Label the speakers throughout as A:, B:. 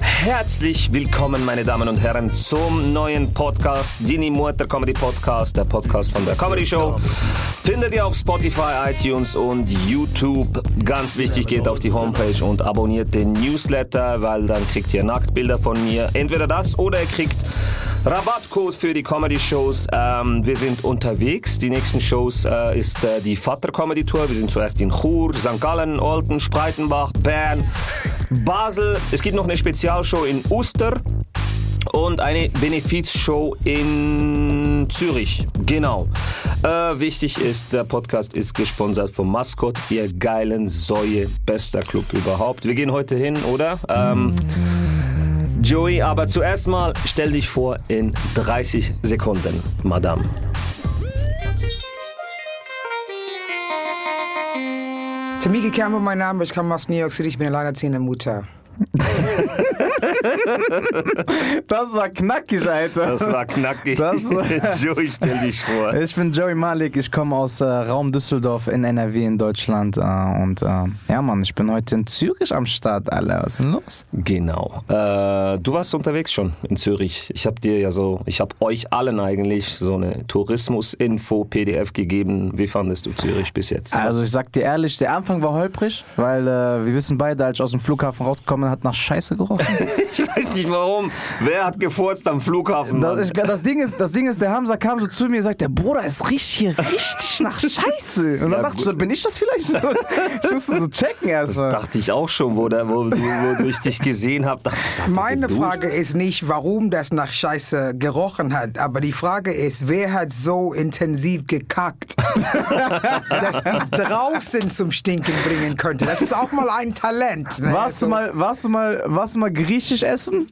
A: Herzlich willkommen, meine Damen und Herren, zum neuen Podcast, Dini Mutter Comedy Podcast, der Podcast von der Comedy Show. Findet ihr auf Spotify, iTunes und YouTube. Ganz wichtig, geht auf die Homepage und abonniert den Newsletter, weil dann kriegt ihr Nacktbilder von mir. Entweder das oder ihr kriegt Rabattcode für die Comedy-Shows. Ähm, wir sind unterwegs. Die nächsten Shows äh, ist äh, die Vater-Comedy-Tour. Wir sind zuerst in Chur, St. Gallen, Olten, Spreitenbach, Bern, Basel. Es gibt noch eine Spezialshow in Uster und eine Benefizshow in Zürich. Genau. Äh, wichtig ist, der Podcast ist gesponsert von Mascot, ihr geilen Säue, bester Club überhaupt. Wir gehen heute hin, oder? Ähm, Joey, aber zuerst mal stell dich vor in 30 Sekunden, Madame.
B: Tamiki Campbell, mein Name, ich komme aus New York City, ich bin alleinerziehende Mutter.
C: Das war knackig, Alter.
A: Das war knackig.
C: Das war-
A: Joey, stell dich vor.
C: ich bin Joey Malik, ich komme aus äh, Raum Düsseldorf in NRW in Deutschland äh, und äh, ja Mann, ich bin heute in Zürich am Start, Alter. Was ist denn los?
A: Genau. Äh, du warst unterwegs schon in Zürich. Ich habe dir ja so, ich habe euch allen eigentlich so eine Tourismus-Info-PDF gegeben. Wie fandest du Zürich bis jetzt?
B: Äh.
C: Also ich sag dir ehrlich, der Anfang war holprig, weil äh, wir wissen beide, als ich aus dem Flughafen rausgekommen bin, hat nach Scheiße gerochen.
A: ich weiß nicht warum. Wer hat gefurzt am Flughafen?
C: Das,
A: Mann?
C: ich, das, Ding ist, das Ding ist, der Hamza kam so zu mir und sagte, Bruder, es riecht hier richtig nach Scheiße. Und dann
A: Ja,
C: dachte ich
A: gut.
C: so, bin ich das vielleicht? So, ich musste so checken
B: äh.
A: Das
C: erstmal.
A: dachte ich auch schon, wo, der, wo, wo, wo ich dich gesehen habe. Dachte ich, hat der
B: Meine
A: geduscht?
B: Frage ist nicht, warum das nach Scheiße gerochen hat, aber die Frage ist, wer hat so intensiv gekackt, dass die draußen zum Stinken bringen könnte. Das ist auch mal ein Talent. Ne?
C: Warst du,
B: Also,
C: mal, warst, du mal, warst du mal griechisch essen?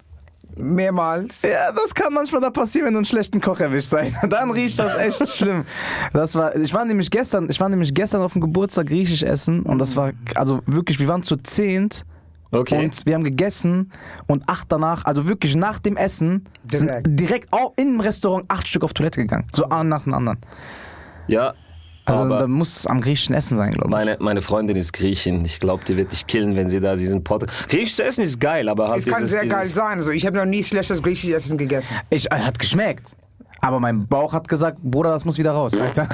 B: Mehrmals.
C: Ja, das kann manchmal da passieren, wenn du einen schlechten Koch erwischt sein. Dann riecht das echt schlimm. Das war, ich war nämlich gestern, ich war nämlich gestern auf dem Geburtstag griechisch essen und das war, also wirklich, wir waren zu zehnt
A: Mhm. Okay.
C: und wir haben gegessen und acht danach, also wirklich nach dem Essen,
B: Direkt.
C: sind direkt auch im Restaurant acht Stück auf Toilette gegangen. So einen nach dem anderen.
A: ja.
C: Also
A: Mhm. aber-
C: da muss es am griechischen Essen sein, glaube ich.
A: Meine, meine Freundin ist Griechin. Ich glaube, die wird dich killen, wenn sie da diesen Pot. Griechisches Essen ist geil, aber halt
B: Es kann
A: dieses,
B: sehr
A: dieses,
B: geil sein. Also ich habe noch nie schlechtes griechisches Essen gegessen.
C: Ich, äh, hat geschmeckt. Aber mein Bauch hat gesagt, Bruder, das muss wieder raus. Alter.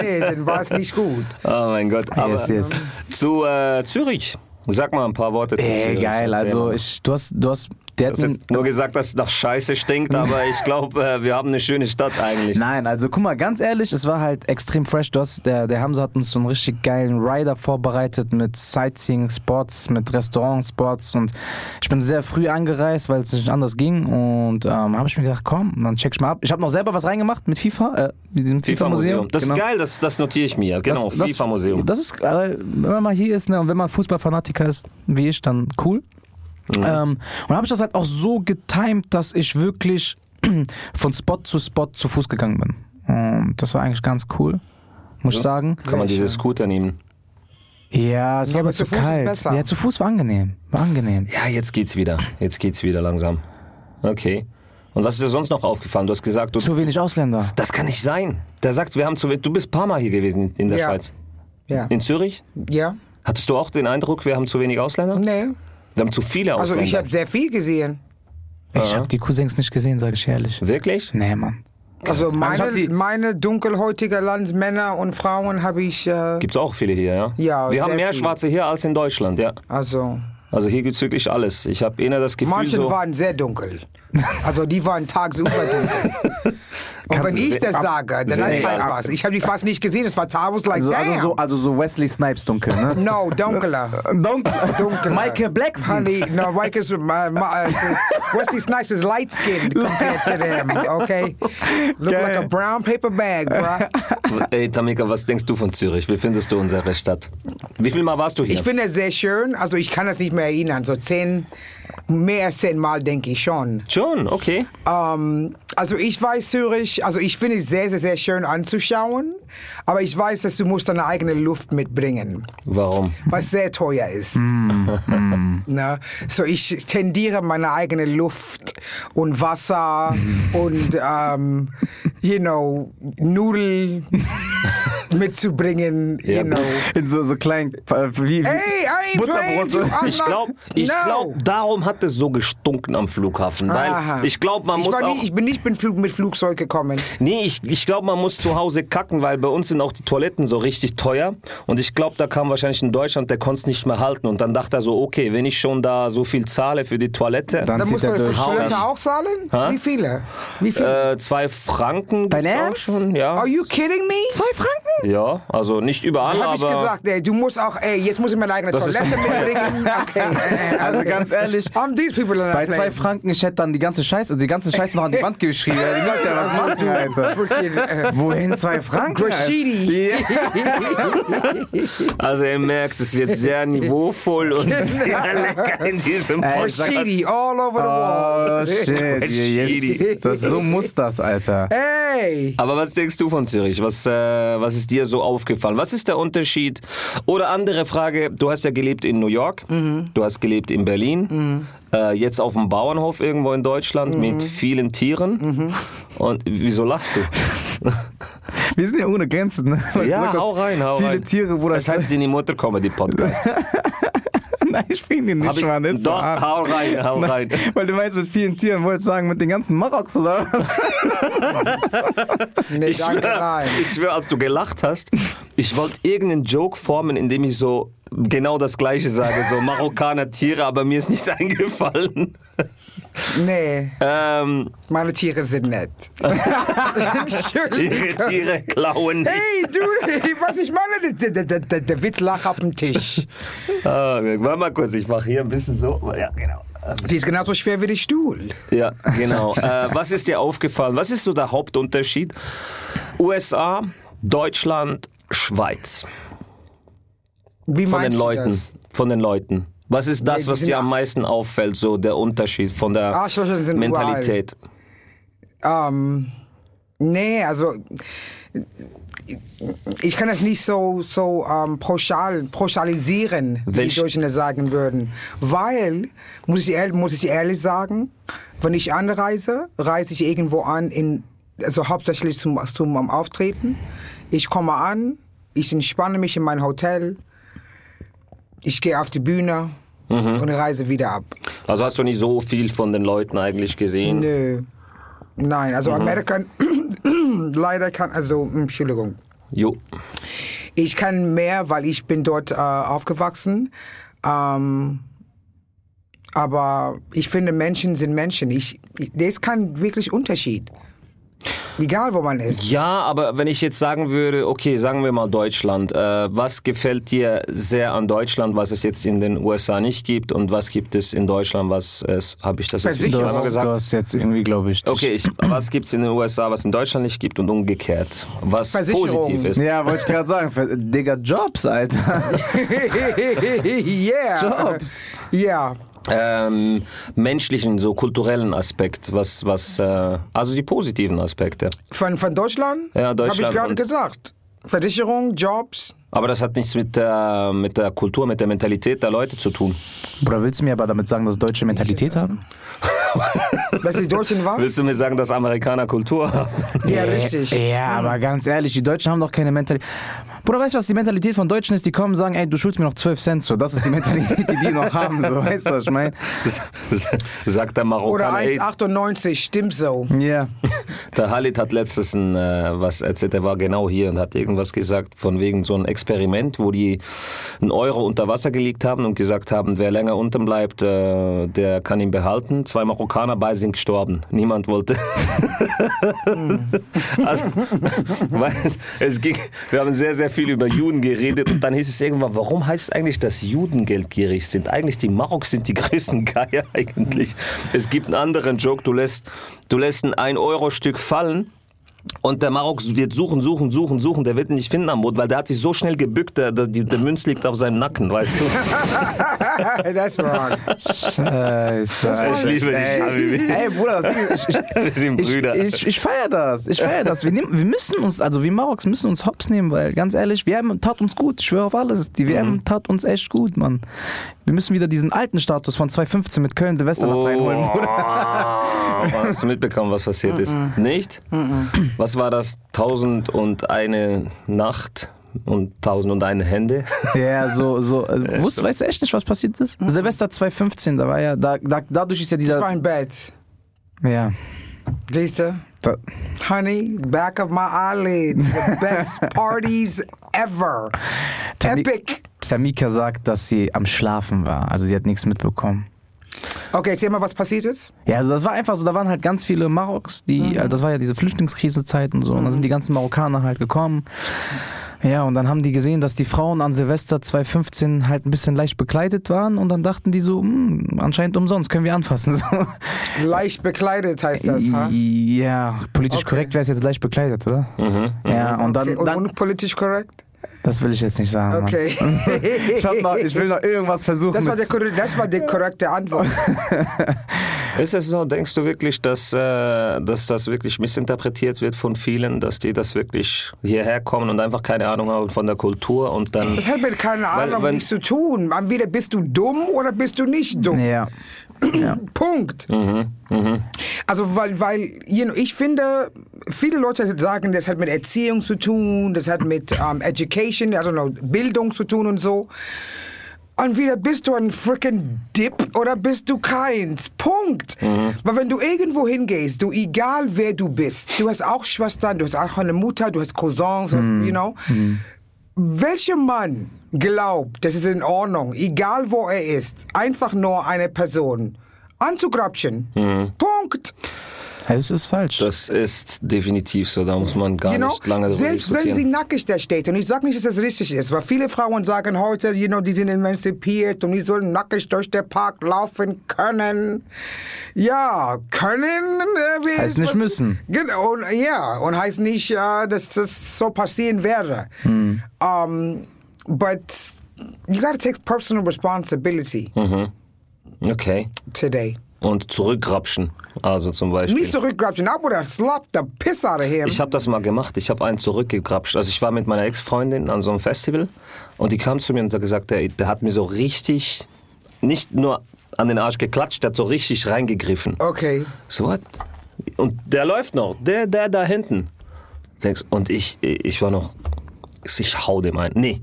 B: nee, dann war es nicht gut.
A: Oh mein Gott. Aber
C: Yes, yes.
A: Zu äh, Zürich. Sag mal ein paar Worte zu
C: Ey,
A: Zürich.
C: geil.
A: Erzähl
C: Also
A: mal.
C: ich, du hast, du hast, der hat
A: Du hast
C: einen,
A: jetzt nur gesagt, dass es nach Scheiße stinkt, aber ich glaube, äh, wir haben eine schöne Stadt eigentlich.
C: Nein, also guck mal, ganz ehrlich, es war halt extrem fresh. Du hast, der, der Hamza hat uns so einen richtig geilen Rider vorbereitet mit Sightseeing-Spots, mit Restaurant-Spots und ich bin sehr früh angereist, weil es nicht anders ging und ähm, habe ich mir gedacht, komm, dann check ich mal ab. Ich habe noch selber was reingemacht mit FIFA, äh, mit diesem FIFA-Museum. Genau.
A: Das ist geil, das, das notiere ich mir. Genau,
C: Das- das-
A: FIFA-Museum.
C: Das ist, äh, wenn man mal hier ist ne, und wenn man Fußballfanatiker ist, wie ich, dann cool.
A: Mhm.
C: Ähm, und habe ich das halt auch so getimt, dass ich wirklich von Spot zu Spot zu Fuß gegangen bin. Und das war eigentlich ganz cool, muss ich sagen.
A: Kann man diese Scooter nehmen?
C: Ja, es war
B: aber
C: aber zu
B: zu Fuß ist
C: kalt.
B: besser.
C: Ja, zu Fuß war angenehm. War angenehm.
A: Ja, jetzt geht's wieder. Jetzt geht's wieder langsam. Okay. Und was ist dir sonst noch aufgefallen? Du hast gesagt, du,
C: Zu wenig Ausländer.
A: das kann nicht sein. Da sagst du, wir haben zu Du bist ein paar Mal hier gewesen in der
B: Ja.
A: Schweiz.
B: Ja.
A: In Zürich?
B: ja.
A: Hattest du auch den Eindruck, wir haben zu wenig Ausländer?
B: Nee.
A: Wir haben zu viele
B: Also
A: Ausländer.
B: ich habe sehr viel gesehen.
C: Ich habe die Cousins nicht gesehen, sage ich ehrlich.
A: Wirklich?
C: Nee, Mann.
B: Also meine,
C: hab die-
B: meine dunkelhäutige Landsmänner und Frauen habe ich, äh,
A: Gibt's auch viele hier, ja?
B: Ja,
A: Wir
B: sehr
A: haben mehr
B: viele.
A: Schwarze hier als in Deutschland, ja.
B: also
A: Also hier gibt's wirklich alles. Ich habe eher das Gefühl
B: Manche
A: so...
B: waren sehr dunkel. Also die waren tagsüber dunkel. Und wenn ich das sage, dann heißt das was. Ich habe die fast nicht gesehen. Es war Tabus like damn.
C: also so Wesley Snipes dunkel, ne?
B: no, dunkler.
C: Dunkel.
B: Dunkel.
C: Michael Blackson.
B: Honey, no, Mike is, my, my, uh, Wesley Snipes is light skinned compared to them, okay? Look like a brown paper bag, bruh.
A: Ey, Tamika, was denkst du von Zürich? Wie findest du unsere Stadt? Wie viel Mal warst du hier?
B: Ich finde es sehr schön. Also ich kann das nicht mehr erinnern. So zehn, mehr als zehn Mal denke ich schon.
A: Schon, okay.
B: Ähm, also ich weiß Zürich, also ich finde es sehr, sehr, sehr schön anzuschauen, aber ich weiß, dass du musst deine eigene Luft mitbringen,
A: Warum?
B: was sehr teuer ist. Ne? So ich tendiere meine eigene Luft und Wasser und ähm, you know Nudel, mitzubringen, you know.
C: In so, so kleinen, äh, wie, wie
B: Hey, I ain't playing you.
C: Butterbrote.
B: I'm
A: Ich
B: not-
A: glaube, ich
B: Ah, no.
A: glaub, darum hat es so gestunken am Flughafen. Weil
B: Aha.
A: ich glaube, man
B: ich
A: muss
B: war
A: auch.
B: nie, Ich bin nicht mit, Flug, mit Flugzeug gekommen.
A: nee, ich, ich glaube, man muss zu Hause kacken, weil bei uns sind auch die Toiletten so richtig teuer. Und ich glaube, da kam wahrscheinlich in Deutschland, der konnte es nicht mehr halten. Und dann dachte er so, okay, wenn ich schon da so viel zahle für die Toilette,
C: Dann
B: Da
C: zieht
B: muss
C: er
B: man für
C: durch.
A: Hau
B: Toilette
A: das.
B: auch zahlen?
A: Ha?
B: Wie viele? Wie viele?
A: äh, zwei Franken
C: Dein
A: gibt's auch
C: Ernst?
A: schon. Ja.
B: Are you kidding me?
C: Zwei Franken?
A: ja, also nicht überall,
B: Hab
A: aber.
B: ich gesagt, ey, du musst auch, ey, jetzt muss ich meine eigene
A: Das ist-
B: Toilette mitbringen. Okay, äh, äh,
C: Also
B: okay.
C: ganz ehrlich,
B: I'm these people in
C: bei zwei Franken, ich hätte dann die ganze Scheiße, die ganze Scheiße noch an die Wand geschrieben. Ja, die müssen ja was machen, Alter.
B: Franken.
C: Wohin zwei Franken? Alter?
B: Graffiti.
C: Ja.
A: Also ihr merkt, es wird sehr niveauvoll und sehr lecker in diesem
C: Genau. Ey,
A: Podcast.
C: sag-
B: Graffiti all over the
C: Oh
B: walls.
C: shit, yes. das, so muss das, Alter.
B: Ey,
A: Aber was denkst du von Zürich? Was, äh, was ist dir so aufgefallen? Was ist der Unterschied? Oder andere Frage, du hast ja gelebt in New York,
C: Mhm.
A: du hast gelebt in Berlin, äh, jetzt auf dem Bauernhof irgendwo in
C: Mhm.
A: Deutschland mit vielen Tieren. Und wieso lachst du?
C: Wir sind ja ohne Grenzen. ne? Man
A: ja,
C: sagt, dass
A: hau rein, hau
C: viele
A: rein.
C: Tiere, Bruder.
A: Das heißt, die Mutter Comedy Podcast.
C: halt- Nein, ich bring den
A: Hab
C: nicht,
A: ich-
C: Mann. Ist so
A: Doch,
C: hart.
A: hau rein, hau rein.
C: Weil du meinst mit vielen Tieren, wolltest sagen, mit den ganzen Maroks oder was?
B: nee,
A: Ich
B: danke,
A: schwöre,
B: nein.
A: ich schwör, als du gelacht hast, ich wollte irgendeinen Joke formen, indem ich so genau das Gleiche sage, so Marokkaner Tiere, aber mir ist nichts eingefallen.
B: Nee,
A: Ähm,
B: meine Tiere sind nett. Entschuldigung.
A: ihre Tiere klauen.
B: Hey, du, was ich meine, der, der, der, der, der Witz lag auf dem Tisch.
A: Ah, warte mal kurz, ich mache hier ein bisschen so. Ja, genau.
B: Die ist genauso schwer wie der Stuhl.
A: Ja, genau. äh, was ist dir aufgefallen? Was ist so der Hauptunterschied? USA, Deutschland, Schweiz.
B: Wie
A: Von den
B: meinst du
A: Leuten.
B: das?
A: Von den Leuten. Was ist das,
B: Nee, die
A: was
B: sind
A: dir
B: a- Ah,
A: am meisten auffällt, so der Unterschied von der
B: Arschlöcher sind überall.
A: Mentalität?
B: Ähm, nee, also ich kann das nicht so, so ähm, pauschal, pauschalisieren, wie
A: Welch-
B: die Deutschen das sagen würden. Weil, muss ich, ehrlich, muss ich dir ehrlich sagen, wenn ich anreise, reise ich irgendwo an, in, also hauptsächlich zum, zum am Auftreten. Ich komme an, ich entspanne mich in mein Hotel, ich gehe auf die Bühne und reise wieder ab.
A: Also hast du nicht so viel von den Leuten eigentlich gesehen?
B: Nö. Nein, also Amerika, leider kann, also, mm, Entschuldigung.
A: Jo.
B: Ich kann mehr, weil ich bin dort äh, aufgewachsen. Ähm, aber ich finde, Menschen sind Menschen. Ich, ich, das kann wirklich Unterschied. Egal, wo man ist.
A: Ja, aber wenn ich jetzt sagen würde, okay, sagen wir mal Deutschland, äh, was gefällt dir sehr an Deutschland, was es jetzt in den USA nicht gibt und was gibt es in Deutschland, was es, habe ich das jetzt
B: Versicherung.
A: zweimal
B: hast-
A: gesagt? Oh.
C: jetzt irgendwie, glaube ich.
A: Okay, ich, was gibt es in den USA, was in Deutschland nicht gibt und umgekehrt, was
B: Versicherung.
A: positiv ist?
C: Ja, wollte ich gerade sagen. Für, Digga, Jobs, Alter.
B: yeah.
C: Jobs.
B: Yeah.
A: Ähm, menschlichen, so kulturellen Aspekt, was, was, äh, also die positiven Aspekte.
B: Von, von Deutschland?
A: Ja,
B: Habe
A: Deutschland
B: ich gerade
A: und-
B: gesagt. Versicherung, Jobs.
A: Aber das hat nichts mit der, mit der Kultur, mit der Mentalität der Leute zu tun.
C: Bruder, willst du mir aber damit sagen, dass Deutsche Mentalität haben?
B: Das ist Deutschland was?
A: Willst du mir sagen, dass Amerikaner Kultur haben?
B: ja, richtig.
A: Äh,
C: Ja, aber ganz ehrlich, die Deutschen haben doch keine Mentalität. Bruder, weißt du, was die Mentalität von Deutschen ist? Die kommen und sagen, ey, du schuldest mir noch 12 Cent. So, das ist die Mentalität, die die noch haben. So, weißt du, was ich meine?
A: Sagt der
B: Oder
A: Marokkaner. ey,
B: 1,98, stimmt so.
C: Ja.
A: Der Halit hat letztens ein, äh, was erzählt, er war genau hier und hat irgendwas gesagt von wegen so ein Experiment, wo die einen Euro unter Wasser gelegt haben und gesagt haben, wer länger unten bleibt, äh, der kann ihn behalten. Zwei Marokkaner bei sind gestorben. Niemand wollte. also, weil es, es ging, wir haben sehr, sehr viel über Juden geredet und dann hieß es irgendwann, warum heißt es eigentlich, dass Juden geldgierig sind? Eigentlich die Marok sind die größten Geier eigentlich. Es gibt einen anderen Joke, du lässt, du lässt ein 1-Euro-Stück fallen und der Marok wird suchen, suchen, suchen, suchen, der wird ihn nicht finden am Boden, weil der hat sich so schnell gebückt, der, der, die- der Münz liegt auf seinem Nacken, weißt du?
B: That's wrong.
C: Scheiße.
A: Ich liebe dich, Habibi.
C: Ey, Bruder, das Ding ist, ich, ich,
A: Wir sind
C: Ich,
A: Brüder.
C: ich, ich feiere das. Ich feiere das. Wir, nehmen, wir müssen uns, also wir Maroks müssen uns hops nehmen, weil ganz ehrlich, WM tat uns gut. Ich schwöre auf alles. Die WM tat uns echt gut, Mann.
A: Oh.
C: Wir müssen wieder diesen alten Status von 2015 mit Köln Silvester noch reinholen, Bruder.
A: Wow, hast du mitbekommen, was passiert ist? Nicht? Was war das? Tausend und eine Nacht und tausend und eine Hände?
C: Ja, so, so. äh, Wusst, weißt du echt nicht, was passiert ist? Silvester 2015, da war ja, da, da, dadurch ist ja
B: Ich war
C: dieser.
B: in Bett.
C: Ja.
B: Lisa,
C: Da,
B: honey, back of my eyelids. The best parties ever. Epic.
C: Samika sagt, dass sie am Schlafen war. Also sie hat nichts mitbekommen.
B: Okay, erzähl mal, was passiert ist.
C: Ja, also das war einfach so, da waren halt ganz viele Maroks, die, also das war ja diese Flüchtlingskrisezeit und so, und dann sind die ganzen Marokkaner halt gekommen. Ja, und dann haben die gesehen, dass die Frauen an Silvester 2015 halt ein bisschen leicht bekleidet waren und dann dachten die so, hm, anscheinend umsonst, können wir anfassen. So.
B: Leicht bekleidet heißt das, ha?
C: Äh, Ja, politisch
B: Okay.
C: korrekt wäre es jetzt leicht bekleidet, oder?
A: Mhm,
C: Ja, und dann,
B: Okay, und
C: dann
B: unpolitisch korrekt?
C: das will ich jetzt nicht sagen. Mann.
B: Okay.
C: Ich, hab noch, ich will noch irgendwas versuchen.
B: das, war der,
C: mit-
B: korre- das war die korrekte Antwort.
A: Ist es so? Denkst du wirklich, dass, äh, dass das wirklich missinterpretiert wird von vielen, dass die das wirklich hierher kommen und einfach keine Ahnung haben von der Kultur und dann.
B: Das hat mit keiner
A: Weil,
B: Ahnung
A: wenn-
B: nichts zu tun. Entweder bist du dumm oder bist du nicht dumm.
C: ja.
B: Punkt. Also, weil, weil you know, ich finde, viele Leute sagen, das hat mit Erziehung zu tun, das hat mit ähm, Education, I don't know, Bildung zu tun und so. Entweder bist du ein freaking Dip oder bist du keins. Punkt. Weil wenn du irgendwo hingehst, du egal wer du bist, du hast auch Schwestern, du hast auch eine Mutter, du hast Cousins, you know. Welcher Mann glaubt, das ist in Ordnung, egal wo er ist, einfach nur eine Person anzugrapschen? Punkt.
C: Es ist falsch.
A: Das ist definitiv so, da muss man gar
B: You know,
A: nicht lange drüber
B: selbst wenn sie
A: diskutieren.
B: nackig da steht, und ich sage nicht, dass das richtig ist, weil viele Frauen sagen heute, you know, die sind emanzipiert und die sollen nackig durch den Park laufen können. Ja, können. äh, wie
C: Heißt
B: ist
C: nicht
B: was-
C: müssen.
B: Genau, und, ja, und heißt nicht, äh, dass das so passieren werde.
A: Hm.
B: Um, but you gotta take personal responsibility
A: Hm. okay.
B: today.
A: Und zurückgrapschen, also zum Beispiel.
B: Nicht zurückgrapschen, I would have slapped the piss out of him.
A: Ich habe das mal gemacht. Ich habe einen zurückgegrapscht. Also ich war mit meiner Ex-Freundin an so einem Festival und die kam zu mir und hat gesagt, der, der hat mir so richtig, nicht nur an den Arsch geklatscht, der hat so richtig reingegriffen.
B: okay.
A: So what? Und der läuft noch. Der, der da hinten. Denkst- Und ich, ich war noch, ich hau dem ein. Nee.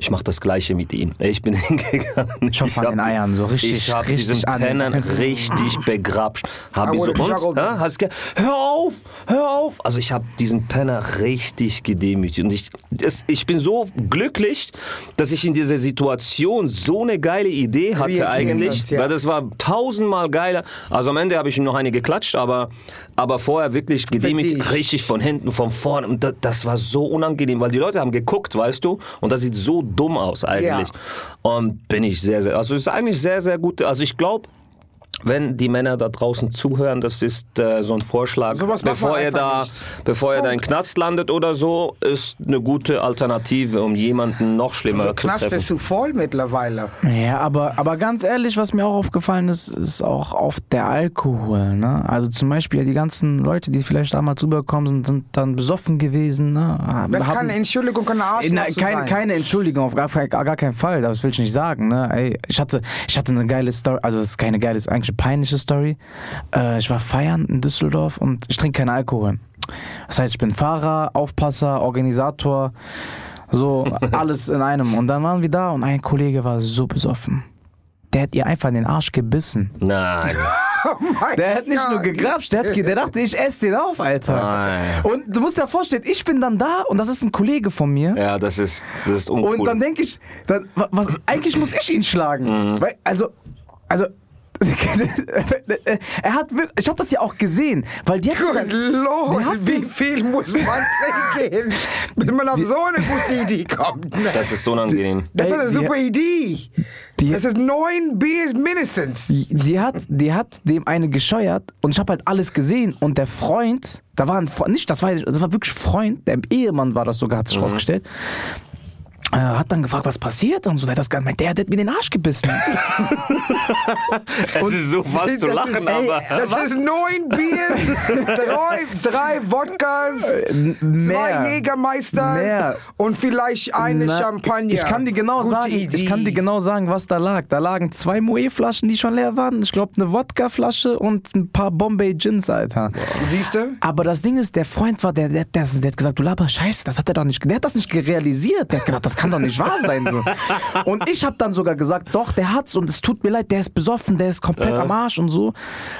A: Ich mach das Gleiche mit ihm. Ich bin hingegangen.
C: Schon von
A: hab
C: den
A: die-
C: Eiern, so richtig-
A: Ich hab
C: richtig
A: diesen
C: an-
A: Pennern richtig begrapscht. Hab
B: I
A: ich so,
B: would've juggled
A: und,
B: him.
A: ja, hast ge hör auf, hör auf. Also ich hab diesen Penner richtig gedemütigt. Und ich, das, ich bin so glücklich, dass ich in dieser Situation so eine geile Idee hatte
B: Reagiert
A: eigentlich.
B: hat, ja.
A: Weil das war tausendmal geiler. Also am Ende habe ich ihm noch eine geklatscht, aber, aber vorher wirklich gedemütigt,
B: Verdient.
A: richtig von hinten, von vorne. Und das, das war so unangenehm, weil die Leute haben geguckt, weißt du, und das sieht so dumm aus eigentlich. Und bin ich sehr, sehr, also es ist eigentlich sehr, sehr gut. Also ich glaube, wenn die Männer da draußen zuhören, das ist äh, so ein Vorschlag,
B: Sowas macht man
A: bevor ihr
B: einfach
A: da,
B: nicht.
A: bevor ihr da in Knast landet oder so, ist eine gute Alternative, um jemanden noch schlimmer
B: So
A: zu
B: Also Knast
A: treffen.
B: ist zu voll mittlerweile.
C: Ja, aber, aber ganz ehrlich, was mir auch aufgefallen ist, ist auch oft der Alkohol. Ne? Also zum Beispiel die ganzen Leute, die vielleicht damals rübergekommen sind, sind dann besoffen gewesen. Ne?
B: Das
C: Haben-
B: kann Entschuldigung, keine Arschloch
C: Nein,
B: zu
C: keine,
B: sein.
C: keine Entschuldigung, auf gar, gar, gar keinen Fall, das will ich nicht sagen. Ne? Ey, ich, hatte, ich hatte eine geile Story, also es ist keine geile, es ist eigentlich eine peinliche Story. Äh, ich war feiern in Düsseldorf und ich trinke keinen Alkohol. Das heißt, ich bin Fahrer, Aufpasser, Organisator, so alles in einem. Und dann waren wir da und ein Kollege war so besoffen. Der hat ihr einfach in den Arsch gebissen.
A: Nein,
B: Mein
C: Der hat nicht
B: Gott.
C: nur gegrapscht, der, hat, ge- der dachte, ich esse den auf, Alter.
A: Nein.
C: Und du musst dir vorstellen, ich bin dann da und das ist ein Kollege von mir.
A: ja, das ist, das ist uncool.
C: Und dann denke ich, dann, wa- was, eigentlich muss ich ihn schlagen. Weil, also, also. er hat wirklich, ich habe das ja auch gesehen, weil die hat
B: Good
C: Die
B: Lord,
C: hat-
B: wie viel muss man trinken, wenn man auf so eine gute Idee kommt? ne?
A: das ist unangenehm.
B: Das ist
C: Ey,
B: eine
C: die-
B: super Idee.
C: die,
B: Das ist neun Bier mindestens.
C: die, die hat, die hat dem eine gescheuert und ich habe halt alles gesehen und der Freund, da war ein Freund, nicht, das war, das war wirklich Freund, der Ehemann war das sogar, hat sich rausgestellt. äh, hat dann gefragt, was passiert und so. Der hat das gar nicht. Der hat mir den Arsch gebissen.
A: Es ist so was zu
B: Das
A: lachen,
B: ist,
A: aber.
B: Das ist neun Bier, drei, drei Wodkas, zwei
C: mehr.
B: Jägermeister
C: Mehr.
B: und vielleicht eine
C: Na,
B: Champagner.
C: Ich kann dir genau
B: Gute
C: sagen,
B: Idee.
C: ich kann dir genau sagen, was da lag. Da lagen zwei Moe-Flaschen, die schon leer waren. Ich glaube eine Wodka-Flasche und ein paar Bombay Gins, Alter.
B: Siehst du?
C: Aber das Ding ist, der Freund war, der, der, der, der hat gesagt, du laber Scheiße, das hat er doch nicht, der hat das nicht realisiert. Der hat gedacht, das kann doch nicht wahr sein. So. Und ich habe dann sogar gesagt, doch, der hat's und es tut mir leid, der ist besoffen, der ist komplett am Arsch und so.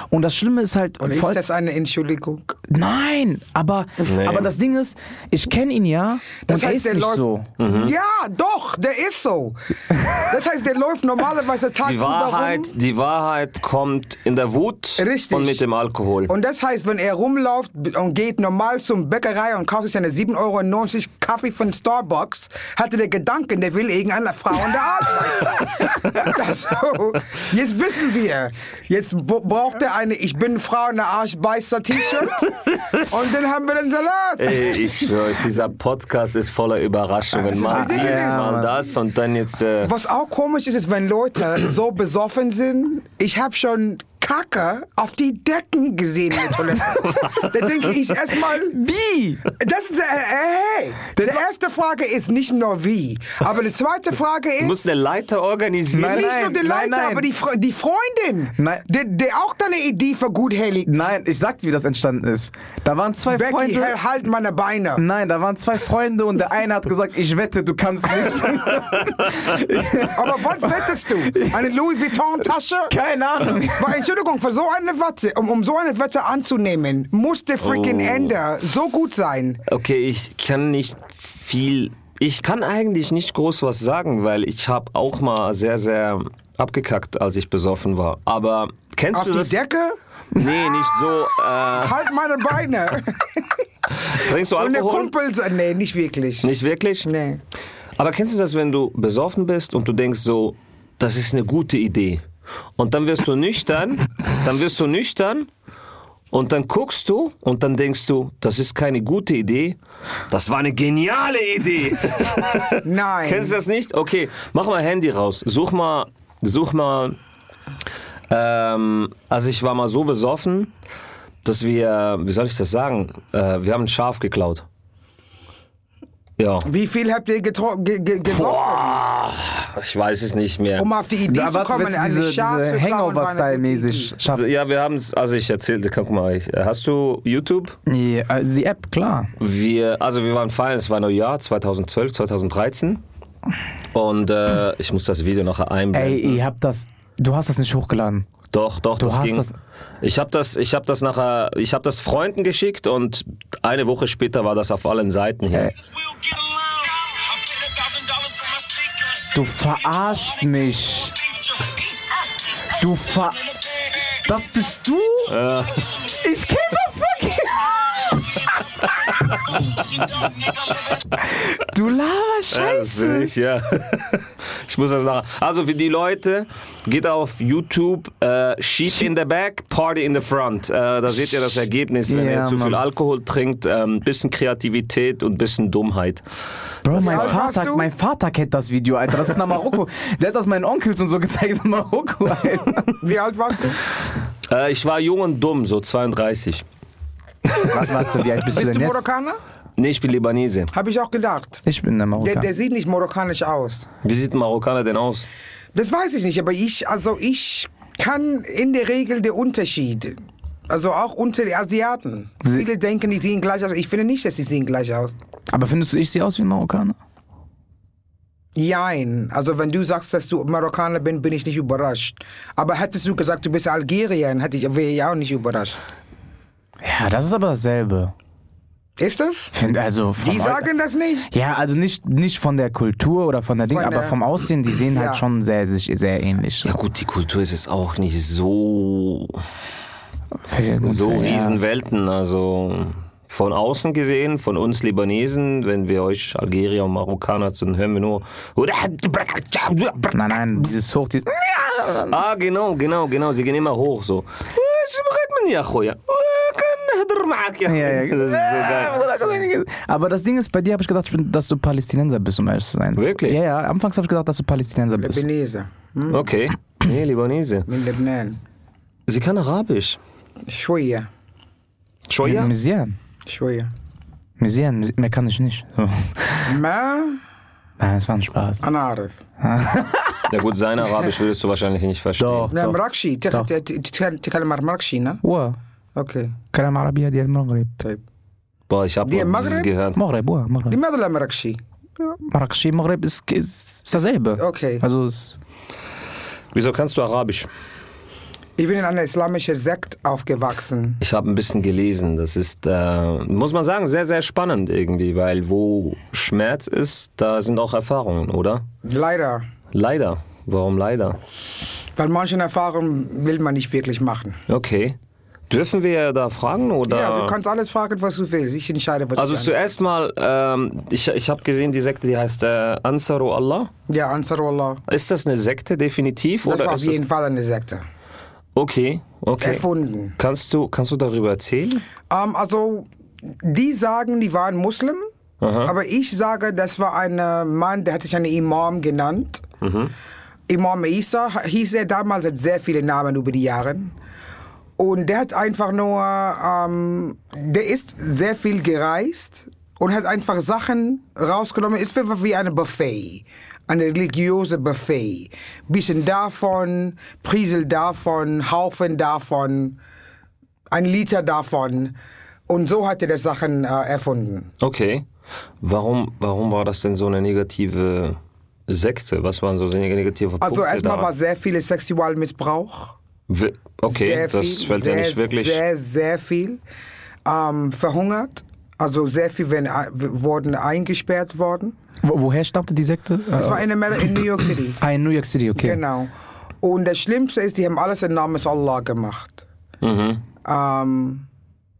C: Und das Schlimme ist halt,
B: Und ist das eine Entschuldigung?
C: nein, aber,
A: Nee.
C: aber das Ding ist, ich kenne ihn ja
B: Das
C: und er ist
B: der
C: nicht
B: läuft.
C: so. Mhm.
B: Ja, doch, der ist so. Das heißt, der läuft normalerweise
A: Die
B: tagsüber rum.
A: Wahrheit, die Wahrheit kommt in der Wut
B: Richtig.
A: und mit dem Alkohol.
B: Und das heißt, wenn er rumläuft und geht normal zum Bäckerei und kauft sich eine 7,90 Euro Kaffee von Starbucks, hatte der Gedanken, der will irgendeiner Frau in der Arschbeißer. also, jetzt wissen wir. Jetzt b- braucht er eine Ich bin Frau in der Arschbeißer T-Shirt und dann haben wir den Salat.
A: Ey, ich schwöre, dieser Podcast ist voller Überraschungen.
B: ist
A: Mal dies,
B: ridiculous.
A: mal das und dann jetzt. Äh,
B: Was auch komisch ist, ist, wenn Leute so besoffen sind. Ich habe schon Kacke auf die Decken gesehen in der Toilette. da denke ich erstmal, wie? Das ist, äh, äh, hey. Die erste Frage ist nicht nur wie, aber die zweite Frage ist,
A: du musst eine Leiter organisieren.
C: Nein,
B: nicht nur die Leute,
C: nein, nein.
B: aber die, Fre die Freundin,
C: Nein.
B: der der auch deine Idee für gut hält.
C: Nein, ich sag dir, wie das entstanden ist. Da waren zwei
B: Becky,
C: Freunde.
B: hell, halt meine Beine.
C: Nein, da waren zwei Freunde und der eine hat gesagt, ich wette, du kannst nicht.
B: Aber was wettest du? Eine Louis Vuitton-Tasche?
C: Keine Ahnung.
B: Aber Entschuldigung, für so eine Wette, um, um so eine Wette anzunehmen, muss der freaking Ender so gut sein.
A: Okay, ich kann nicht viel. Ich kann eigentlich nicht groß was sagen, weil ich habe auch mal sehr, sehr abgekackt, als ich besoffen war. Aber kennst
B: Auf
A: du
B: die
A: das?
B: Decke,
A: Nee, nicht so. Äh,
B: halt meine Beine.
A: trinkst du
B: Und der
A: Alkohol?
B: Kumpel, sa- nee, nicht wirklich.
A: Nicht wirklich?
B: Nee.
A: Aber kennst du das, wenn du besoffen bist und du denkst so, das ist eine gute Idee? Und dann wirst du nüchtern, dann wirst du nüchtern und dann guckst du und dann denkst du, das ist keine gute Idee, das war eine geniale Idee.
B: Nein.
A: Kennst du das nicht? Okay, mach mal Handy raus. Such mal, such mal. Ähm, also ich war mal so besoffen, dass wir, wie soll ich das sagen? Äh, wir haben ein Schaf geklaut. Ja.
B: Wie viel habt ihr getro- ge ge gesoffen,
A: Ich weiß es nicht mehr.
B: um auf die Idee zu
C: warte,
B: kommen,
C: willst du
B: eine
C: diese,
B: Schaf zu
C: diese
B: klauen, war eine gute
C: Hangover-Style-mäßig
A: Also,
C: schaffen.
A: Ja, wir haben es, also ich erzählte, guck mal, ich, äh, hast du YouTube?
C: Nee, äh, die App, klar.
A: Wir, also wir waren feiern, es war Neujahr 2012, 2013 und äh, ich muss das Video noch
C: Ey,
A: einblenden.
C: ich hab das. Du hast das nicht hochgeladen.
A: Doch, doch, das
C: hast
A: ging.
C: das-
A: Ich habe das, ich habe das nachher, ich habe das Freunden geschickt und eine Woche später war das auf allen Seiten hier.
D: Du verarscht mich. Du ver...
C: Das bist du? Ich kenn das wirklich. Du laber Scheiße.
A: ich, ja. Ich muss das nachher. Also für die Leute, geht auf YouTube, äh, Sheep in the back, Party in the front. Äh, da seht ihr das Ergebnis, wenn
C: Ja,
A: ihr zu viel
C: Mann.
A: Alkohol trinkt, ähm, bisschen Kreativität und bisschen Dummheit.
C: Bro, mein
B: warst
C: Vater,
B: du?
C: mein Vater kennt das Video, Alter. Das ist nach Marokko. Der hat das meinen Onkels und so gezeigt in Marokko, Alter.
B: Idee. Wie alt warst du?
A: Äh, ich war jung und dumm, so 32.
C: Was, warte, wie alt bist,
B: Bist
C: du
B: du
C: denn jetzt?
B: Marokkaner?
A: Nee, ich bin Libanese.
B: Habe ich auch gedacht.
C: Ich bin der
B: Der,
C: Marokkaner.
B: der sieht nicht marokkanisch aus.
A: Wie sieht ein Marokkaner denn aus?
B: Das weiß ich nicht, aber ich, also ich kann in der Regel den Unterschied. Also auch unter den Asiaten. Viele denken, die sehen gleich aus. Ich finde nicht, dass sie sehen gleich aus.
C: Aber findest du, ich sehe aus wie ein Marokkaner?
B: Jein. Also wenn du sagst, dass du Marokkaner bin, bin ich nicht überrascht. Aber hättest du gesagt, du bist Algerien, hätte ich wäre ich auch nicht überrascht.
C: Ja, das ist aber dasselbe.
B: Ist das?
C: Find, also vom
B: Die
C: Au-
B: sagen das nicht.
C: Ja, also nicht, nicht von der Kultur oder von der Ding,
B: Von
C: aber
B: der-
C: vom Aussehen, die sehen
B: Ja.
C: halt schon sehr, sich sehr ähnlich.
A: Ja gut, die Kultur ist es auch nicht so so
C: ja.
A: riesen Welten. Also von außen gesehen, von uns Libanesen, wenn wir euch Algerier und Marokkaner sind, hören wir nur.
C: Nein, nein, dieses Hoch, die.
A: Ah, Äh, genau, genau, genau. Sie gehen immer hoch so. Kodak, ja.
C: Ja, ja.
A: Das ist so geil.
C: geil. Aber das Ding ist, bei dir habe ich gedacht, ich bin- dass du Palästinenser bist, um ehrlich zu sein.
A: Wirklich?
C: Ja, ja. Anfangs habe ich gedacht, dass du Palästinenser bist.
B: Lebanese. Hm?
A: Okay. Nee, Libanese.
B: Min Lebanon.
A: Sie kann Arabisch.
B: Schwer.
A: Shoya?
C: Misian.
B: Schwer.
C: Misian, Mis- mehr kann ich nicht. So.
B: Ma
C: Nein, es war ein Spaß.
B: anarif.
A: Ja gut, sein Arabisch würdest du wahrscheinlich nicht verstehen.
C: Doch.
B: نعم مراكشي تتكلم مراكشي نه
C: Wow.
B: اوكي
C: كلام عربية ديال المغرب
B: طيب
A: Boah, ich habe
B: Die im
A: dieses
B: Maghreb?
A: gehört.
C: مغرب واه مغرب
B: لماذا لا مراكشي؟
C: مراكشي مغرب ist ist dasselbe.
B: Okay.
C: Also es-
A: Wieso kannst du Arabisch?
B: Ich bin in einer islamischen Sekt aufgewachsen.
A: Ich habe ein bisschen gelesen. Das ist, äh, muss man sagen, sehr, sehr spannend irgendwie, weil wo Schmerz ist, da sind auch Erfahrungen, oder?
B: Leider.
A: Leider. Warum leider?
B: Weil manchen Erfahrungen will man nicht wirklich machen.
A: Okay. Dürfen wir da fragen oder?
B: Ja, du kannst alles fragen, was du willst. Ich entscheide, was
A: also
B: ich will.
A: zuerst mal, ähm, ich, ich habe gesehen, die Sekte, die heißt äh, Ansaru Allah.
B: Ja, Ansarullah.
A: Ist das eine Sekte definitiv
B: Das
A: oder
B: war auf
A: ist
B: jeden Fall eine Sekte.
A: Okay, okay.
B: Erfunden.
A: Kannst du kannst du darüber erzählen?
B: Ähm, also, die sagen, die waren Muslim. Aber ich sage, das war ein äh, Mann, der hat sich einen Imam genannt. Imam Isa ha- hieß er damals, hat sehr viele Namen über die Jahre. Und der hat einfach nur, ähm, der ist sehr viel gereist und hat einfach Sachen rausgenommen. Es war wie ein Buffet, ein religiöses Buffet. Bisschen davon, Priesel davon, Haufen davon, ein Liter davon. Und so hat er das Sachen äh, erfunden.
A: Okay. Warum warum war das denn so eine negative Sekte? Was waren so neg- negative Punkte?
B: Also erstmal
A: daran?
B: war sehr viel Sexualmissbrauch.
A: W- Okay,
B: sehr
A: das
B: viel,
A: fällt
B: sehr,
A: ja nicht wirklich.
B: Sehr, sehr viel. Ähm, verhungert. Also sehr viel werden, wurden eingesperrt worden.
C: wo, woher stammte die Sekte?
B: Das war in, Amer- in New York City.
C: ah, in New York City, okay.
B: Genau. Und das Schlimmste ist, die haben alles im Namen Allah gemacht.
A: Mhm.
B: Ähm,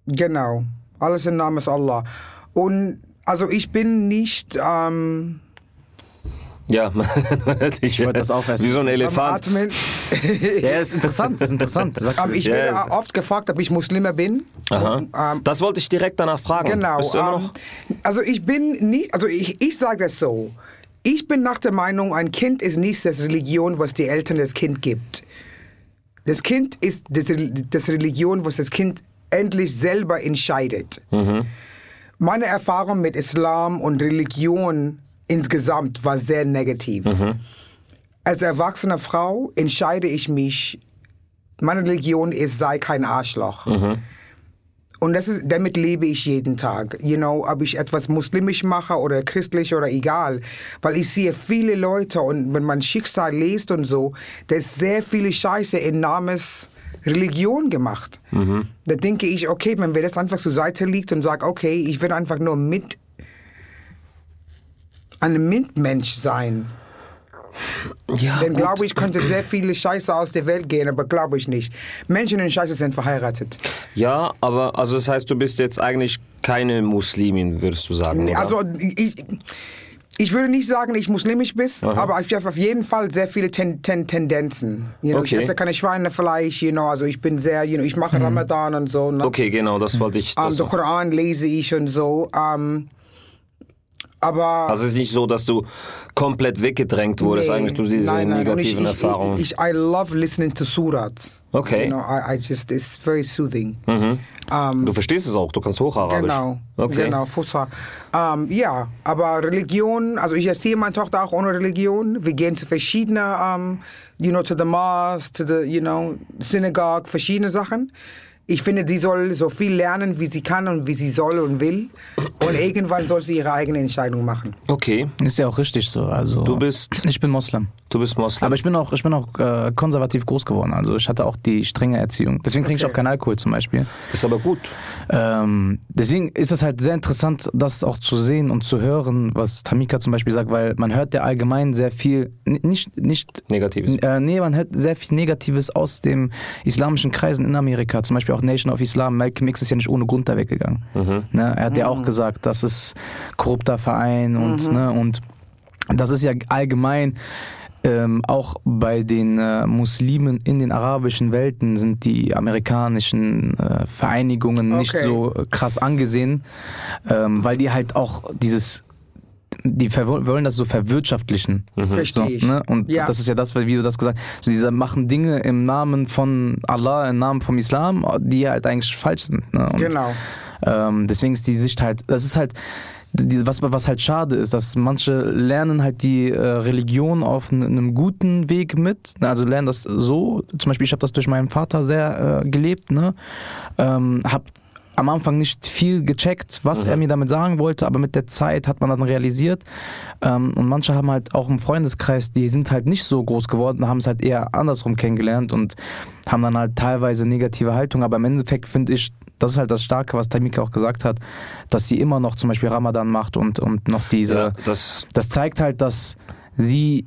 B: genau. Alles im Namen Allah. Und also ich bin nicht ähm,
A: ja, man hört dich,
C: wollte das auch erst-
A: Wie so ein
B: am
A: Elefant.
B: Atmen.
C: Ja, ist interessant, ist interessant. Sag-
B: Ähm, ich
A: Ja,
B: werde
A: ist-
B: oft gefragt, ob ich Muslime bin.
A: Aha.
B: Und, ähm,
A: das wollte ich direkt danach fragen.
B: Genau.
A: Bist du immer
B: ähm,
A: noch?
B: Also ich bin nicht, also ich, ich sage das so. Ich bin nach der Meinung, ein Kind ist nicht das Religion, was die Eltern das Kind gibt. Das Kind ist das, das Religion, was das Kind endlich selber entscheidet.
A: Mhm.
B: Meine Erfahrung mit Islam und Religion insgesamt war sehr negativ.
A: Mhm.
B: Als erwachsene Frau entscheide ich mich, meine Religion ist, sei kein
A: Mhm.
B: Arschloch. Und das ist, damit lebe ich jeden Tag. You know, ob ich etwas muslimisch mache oder christlich oder egal. Weil ich sehe viele Leute und wenn man Schicksal liest und so, da ist sehr viele Scheiße im Namens Religion gemacht. Da denke ich, okay, wenn wir das einfach zur Seite liegt und sagt, okay, ich will einfach nur mit ein Mitmensch sein,
A: Ja,
B: dann
A: gut.
B: glaube ich, könnte sehr viele Scheiße aus der Welt gehen, aber glaube ich nicht. Menschen und Scheiße sind verheiratet.
A: ja, aber also das heißt, du bist jetzt eigentlich keine Muslimin, würdest du sagen.
B: Nee,
A: oder?
B: Also ich, ich würde nicht sagen, ich muslimisch bist, aber ich habe auf jeden Fall sehr viele ten, ten, Tendenzen. You know,
A: Okay. Mhm.
B: Ich esse keine Schweinefleisch, you know, also ich bin sehr, you know, ich mache Ramadan und so. Ne?
A: okay, genau, das wollte ich.
B: Ähm,
A: das
B: den Koran lese ich und so. ähm, aber
A: Also es ist nicht so, dass du komplett weggedrängt wurdest,
B: nee,
A: eigentlich durch diese
B: nein, nein. Und ich-
A: negativen
B: ich,
A: Erfahrungen.
B: Ich, ich, I love listening to surat.
A: Okay. Mhm.
B: You know, I, I just, it's very soothing. Um,
A: du verstehst es auch, du kannst Hocharabisch.
B: Genau,
A: Okay.
B: genau, Fussa. Ähm, ja, aber Religion, also ich erziehe meine Tochter auch ohne Religion. Wir gehen zu verschiedenen, ähm, you know, to the mosque, to the, you know, synagogue, verschiedene Sachen. Ich finde, sie soll so viel lernen, wie sie kann und wie sie soll und will. Und irgendwann soll sie ihre eigene Entscheidung machen.
A: Okay,
C: Ist ja auch richtig so. Also
A: Du bist-
C: Ich bin Moslem.
A: du bist Moslem.
C: Aber ich bin auch, ich bin auch äh, konservativ groß geworden. Also ich hatte auch die strenge Erziehung. Deswegen trinke ich
B: Okay.
C: auch keinen Alkohol zum Beispiel.
A: ist aber gut.
C: Ähm, deswegen ist es halt sehr interessant, das auch zu sehen und zu hören, was Tamika zum Beispiel sagt, weil man hört ja allgemein sehr viel, n- nicht, nicht
A: Negatives.
C: Äh, nee, man hört sehr viel Negatives aus dem islamischen Kreisen in Amerika, zum Beispiel auch Nation of Islam. Malcolm X ist ja nicht ohne Grund da weggegangen. Ne? Er hat ja
B: Mhm.
C: auch gesagt, das ist korrupter Verein und, ne, und das ist ja allgemein äh, ähm, auch bei den äh, Muslimen in den arabischen Welten sind die amerikanischen äh, Vereinigungen nicht
B: Okay.
C: so äh, krass angesehen, ähm, weil die halt auch dieses die verw- wollen das so verwirtschaftlichen.
B: Verstehe
C: So,
B: ich.
C: ne? Und
B: Ja.
C: das ist ja das, wie du das gesagt hast. So, diese machen Dinge im Namen von Allah, im Namen vom Islam, die halt eigentlich falsch sind. Ne? Und,
B: Genau.
C: Ähm, deswegen ist die Sicht halt, das ist halt, die, was, was halt schade ist, dass manche lernen halt die äh, Religion auf n- einem guten Weg mit, also lernen das so, zum Beispiel ich habe das durch meinen Vater sehr äh, gelebt, ne? ähm, habe am Anfang nicht viel gecheckt, was er mir damit sagen wollte, aber mit der Zeit hat man dann realisiert. Ähm, und manche haben halt auch im Freundeskreis, die sind halt nicht so groß geworden, haben es halt eher andersrum kennengelernt und haben dann halt teilweise negative Haltung. Aber im Endeffekt finde ich, das ist halt das Starke, was Tamika auch gesagt hat, dass sie immer noch zum Beispiel Ramadan macht und, und noch diese
A: Ja, das
C: das zeigt halt, dass sie,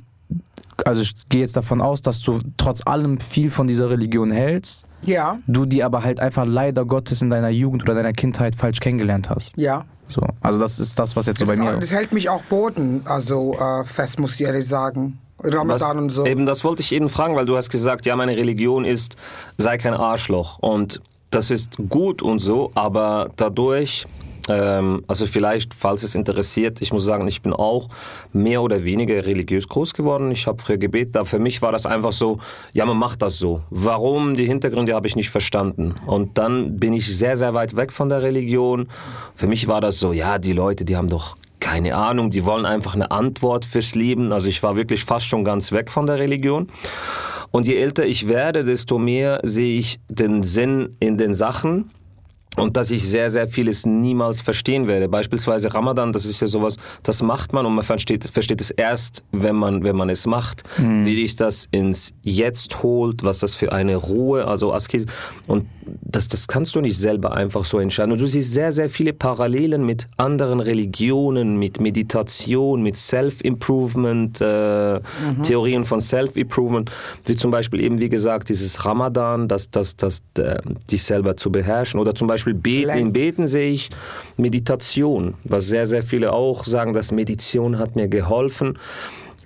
C: also ich gehe jetzt davon aus, dass du trotz allem viel von dieser Religion hältst,
B: Ja,
C: du die aber halt einfach leider Gottes in deiner Jugend oder deiner Kindheit falsch kennengelernt hast.
B: ja.
C: So, also das ist das, was jetzt so
B: Das,
C: bei
B: ist
C: mir.
B: auch- das hält mich auch boden, also äh, fest, muss ich ehrlich sagen.
A: Was-
B: Ramadan und so.
A: Eben, das wollte ich eben fragen, weil du hast gesagt, ja, meine Religion ist, sei kein Arschloch. Und das ist gut und so, aber dadurch, ähm, also vielleicht, falls es interessiert, ich muss sagen, ich bin auch mehr oder weniger religiös groß geworden. Ich habe früher gebetet, aber für mich war das einfach so, ja, man macht das so. Warum? Die Hintergründe habe ich nicht verstanden. Und dann bin ich sehr, sehr weit weg von der Religion. Für mich war das so, ja, die Leute, die haben doch keine Ahnung, die wollen einfach eine Antwort fürs Leben. Also ich war wirklich fast schon ganz weg von der Religion. Und je älter ich werde, desto mehr sehe ich den Sinn in den Sachen und dass ich sehr, sehr vieles niemals verstehen werde. Beispielsweise Ramadan, das ist ja sowas, das macht man und man versteht, versteht es erst, wenn man, wenn man es macht, wie dich das ins Jetzt holt, was das für eine Ruhe, also Askese. Und das, das kannst du nicht selber einfach so entscheiden. Und du siehst sehr, sehr viele Parallelen mit anderen Religionen, mit Meditation, mit Self-Improvement, äh, Theorien von Self-Improvement, wie zum Beispiel eben, wie gesagt, dieses Ramadan, das, das, das, äh, dich selber zu beherrschen. Oder zum Beispiel Beten. In
B: Lenkt.
A: Beten sehe ich Meditation, was sehr, sehr viele auch sagen, dass Meditation hat mir geholfen.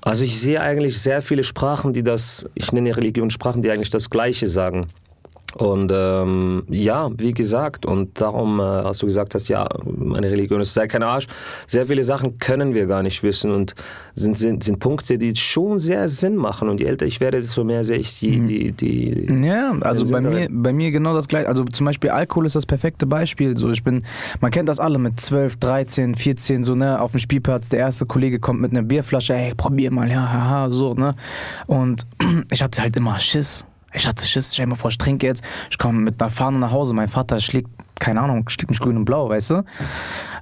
A: Also ich sehe eigentlich sehr viele Sprachen, die das, ich nenne Religion Sprachen, die eigentlich das Gleiche sagen. Und ähm, ja, wie gesagt, und darum, äh, als du gesagt hast, ja, meine Religion ist, sei kein Arsch, sehr viele Sachen können wir gar nicht wissen und sind, sind, sind Punkte, die schon sehr Sinn machen. Und je älter ich werde, desto mehr sehe ich die, die, die
C: Ja, also
A: Den
C: bei
A: Sinn
C: mir, bei mir genau das gleiche. Also zum Beispiel Alkohol ist das perfekte Beispiel. So, ich bin, man kennt das alle mit 12, 13, 14, so, ne, auf dem Spielplatz, der erste Kollege kommt mit einer Bierflasche, hey, probier mal, ja, haha, so, ne. Und ich hatte halt immer Schiss. Ich hatte Schiss, stell dir mal vor, ich trinke jetzt, ich komme mit einer Fahne nach Hause, mein Vater schlägt, keine Ahnung, schlägt mich grün und blau, weißt du.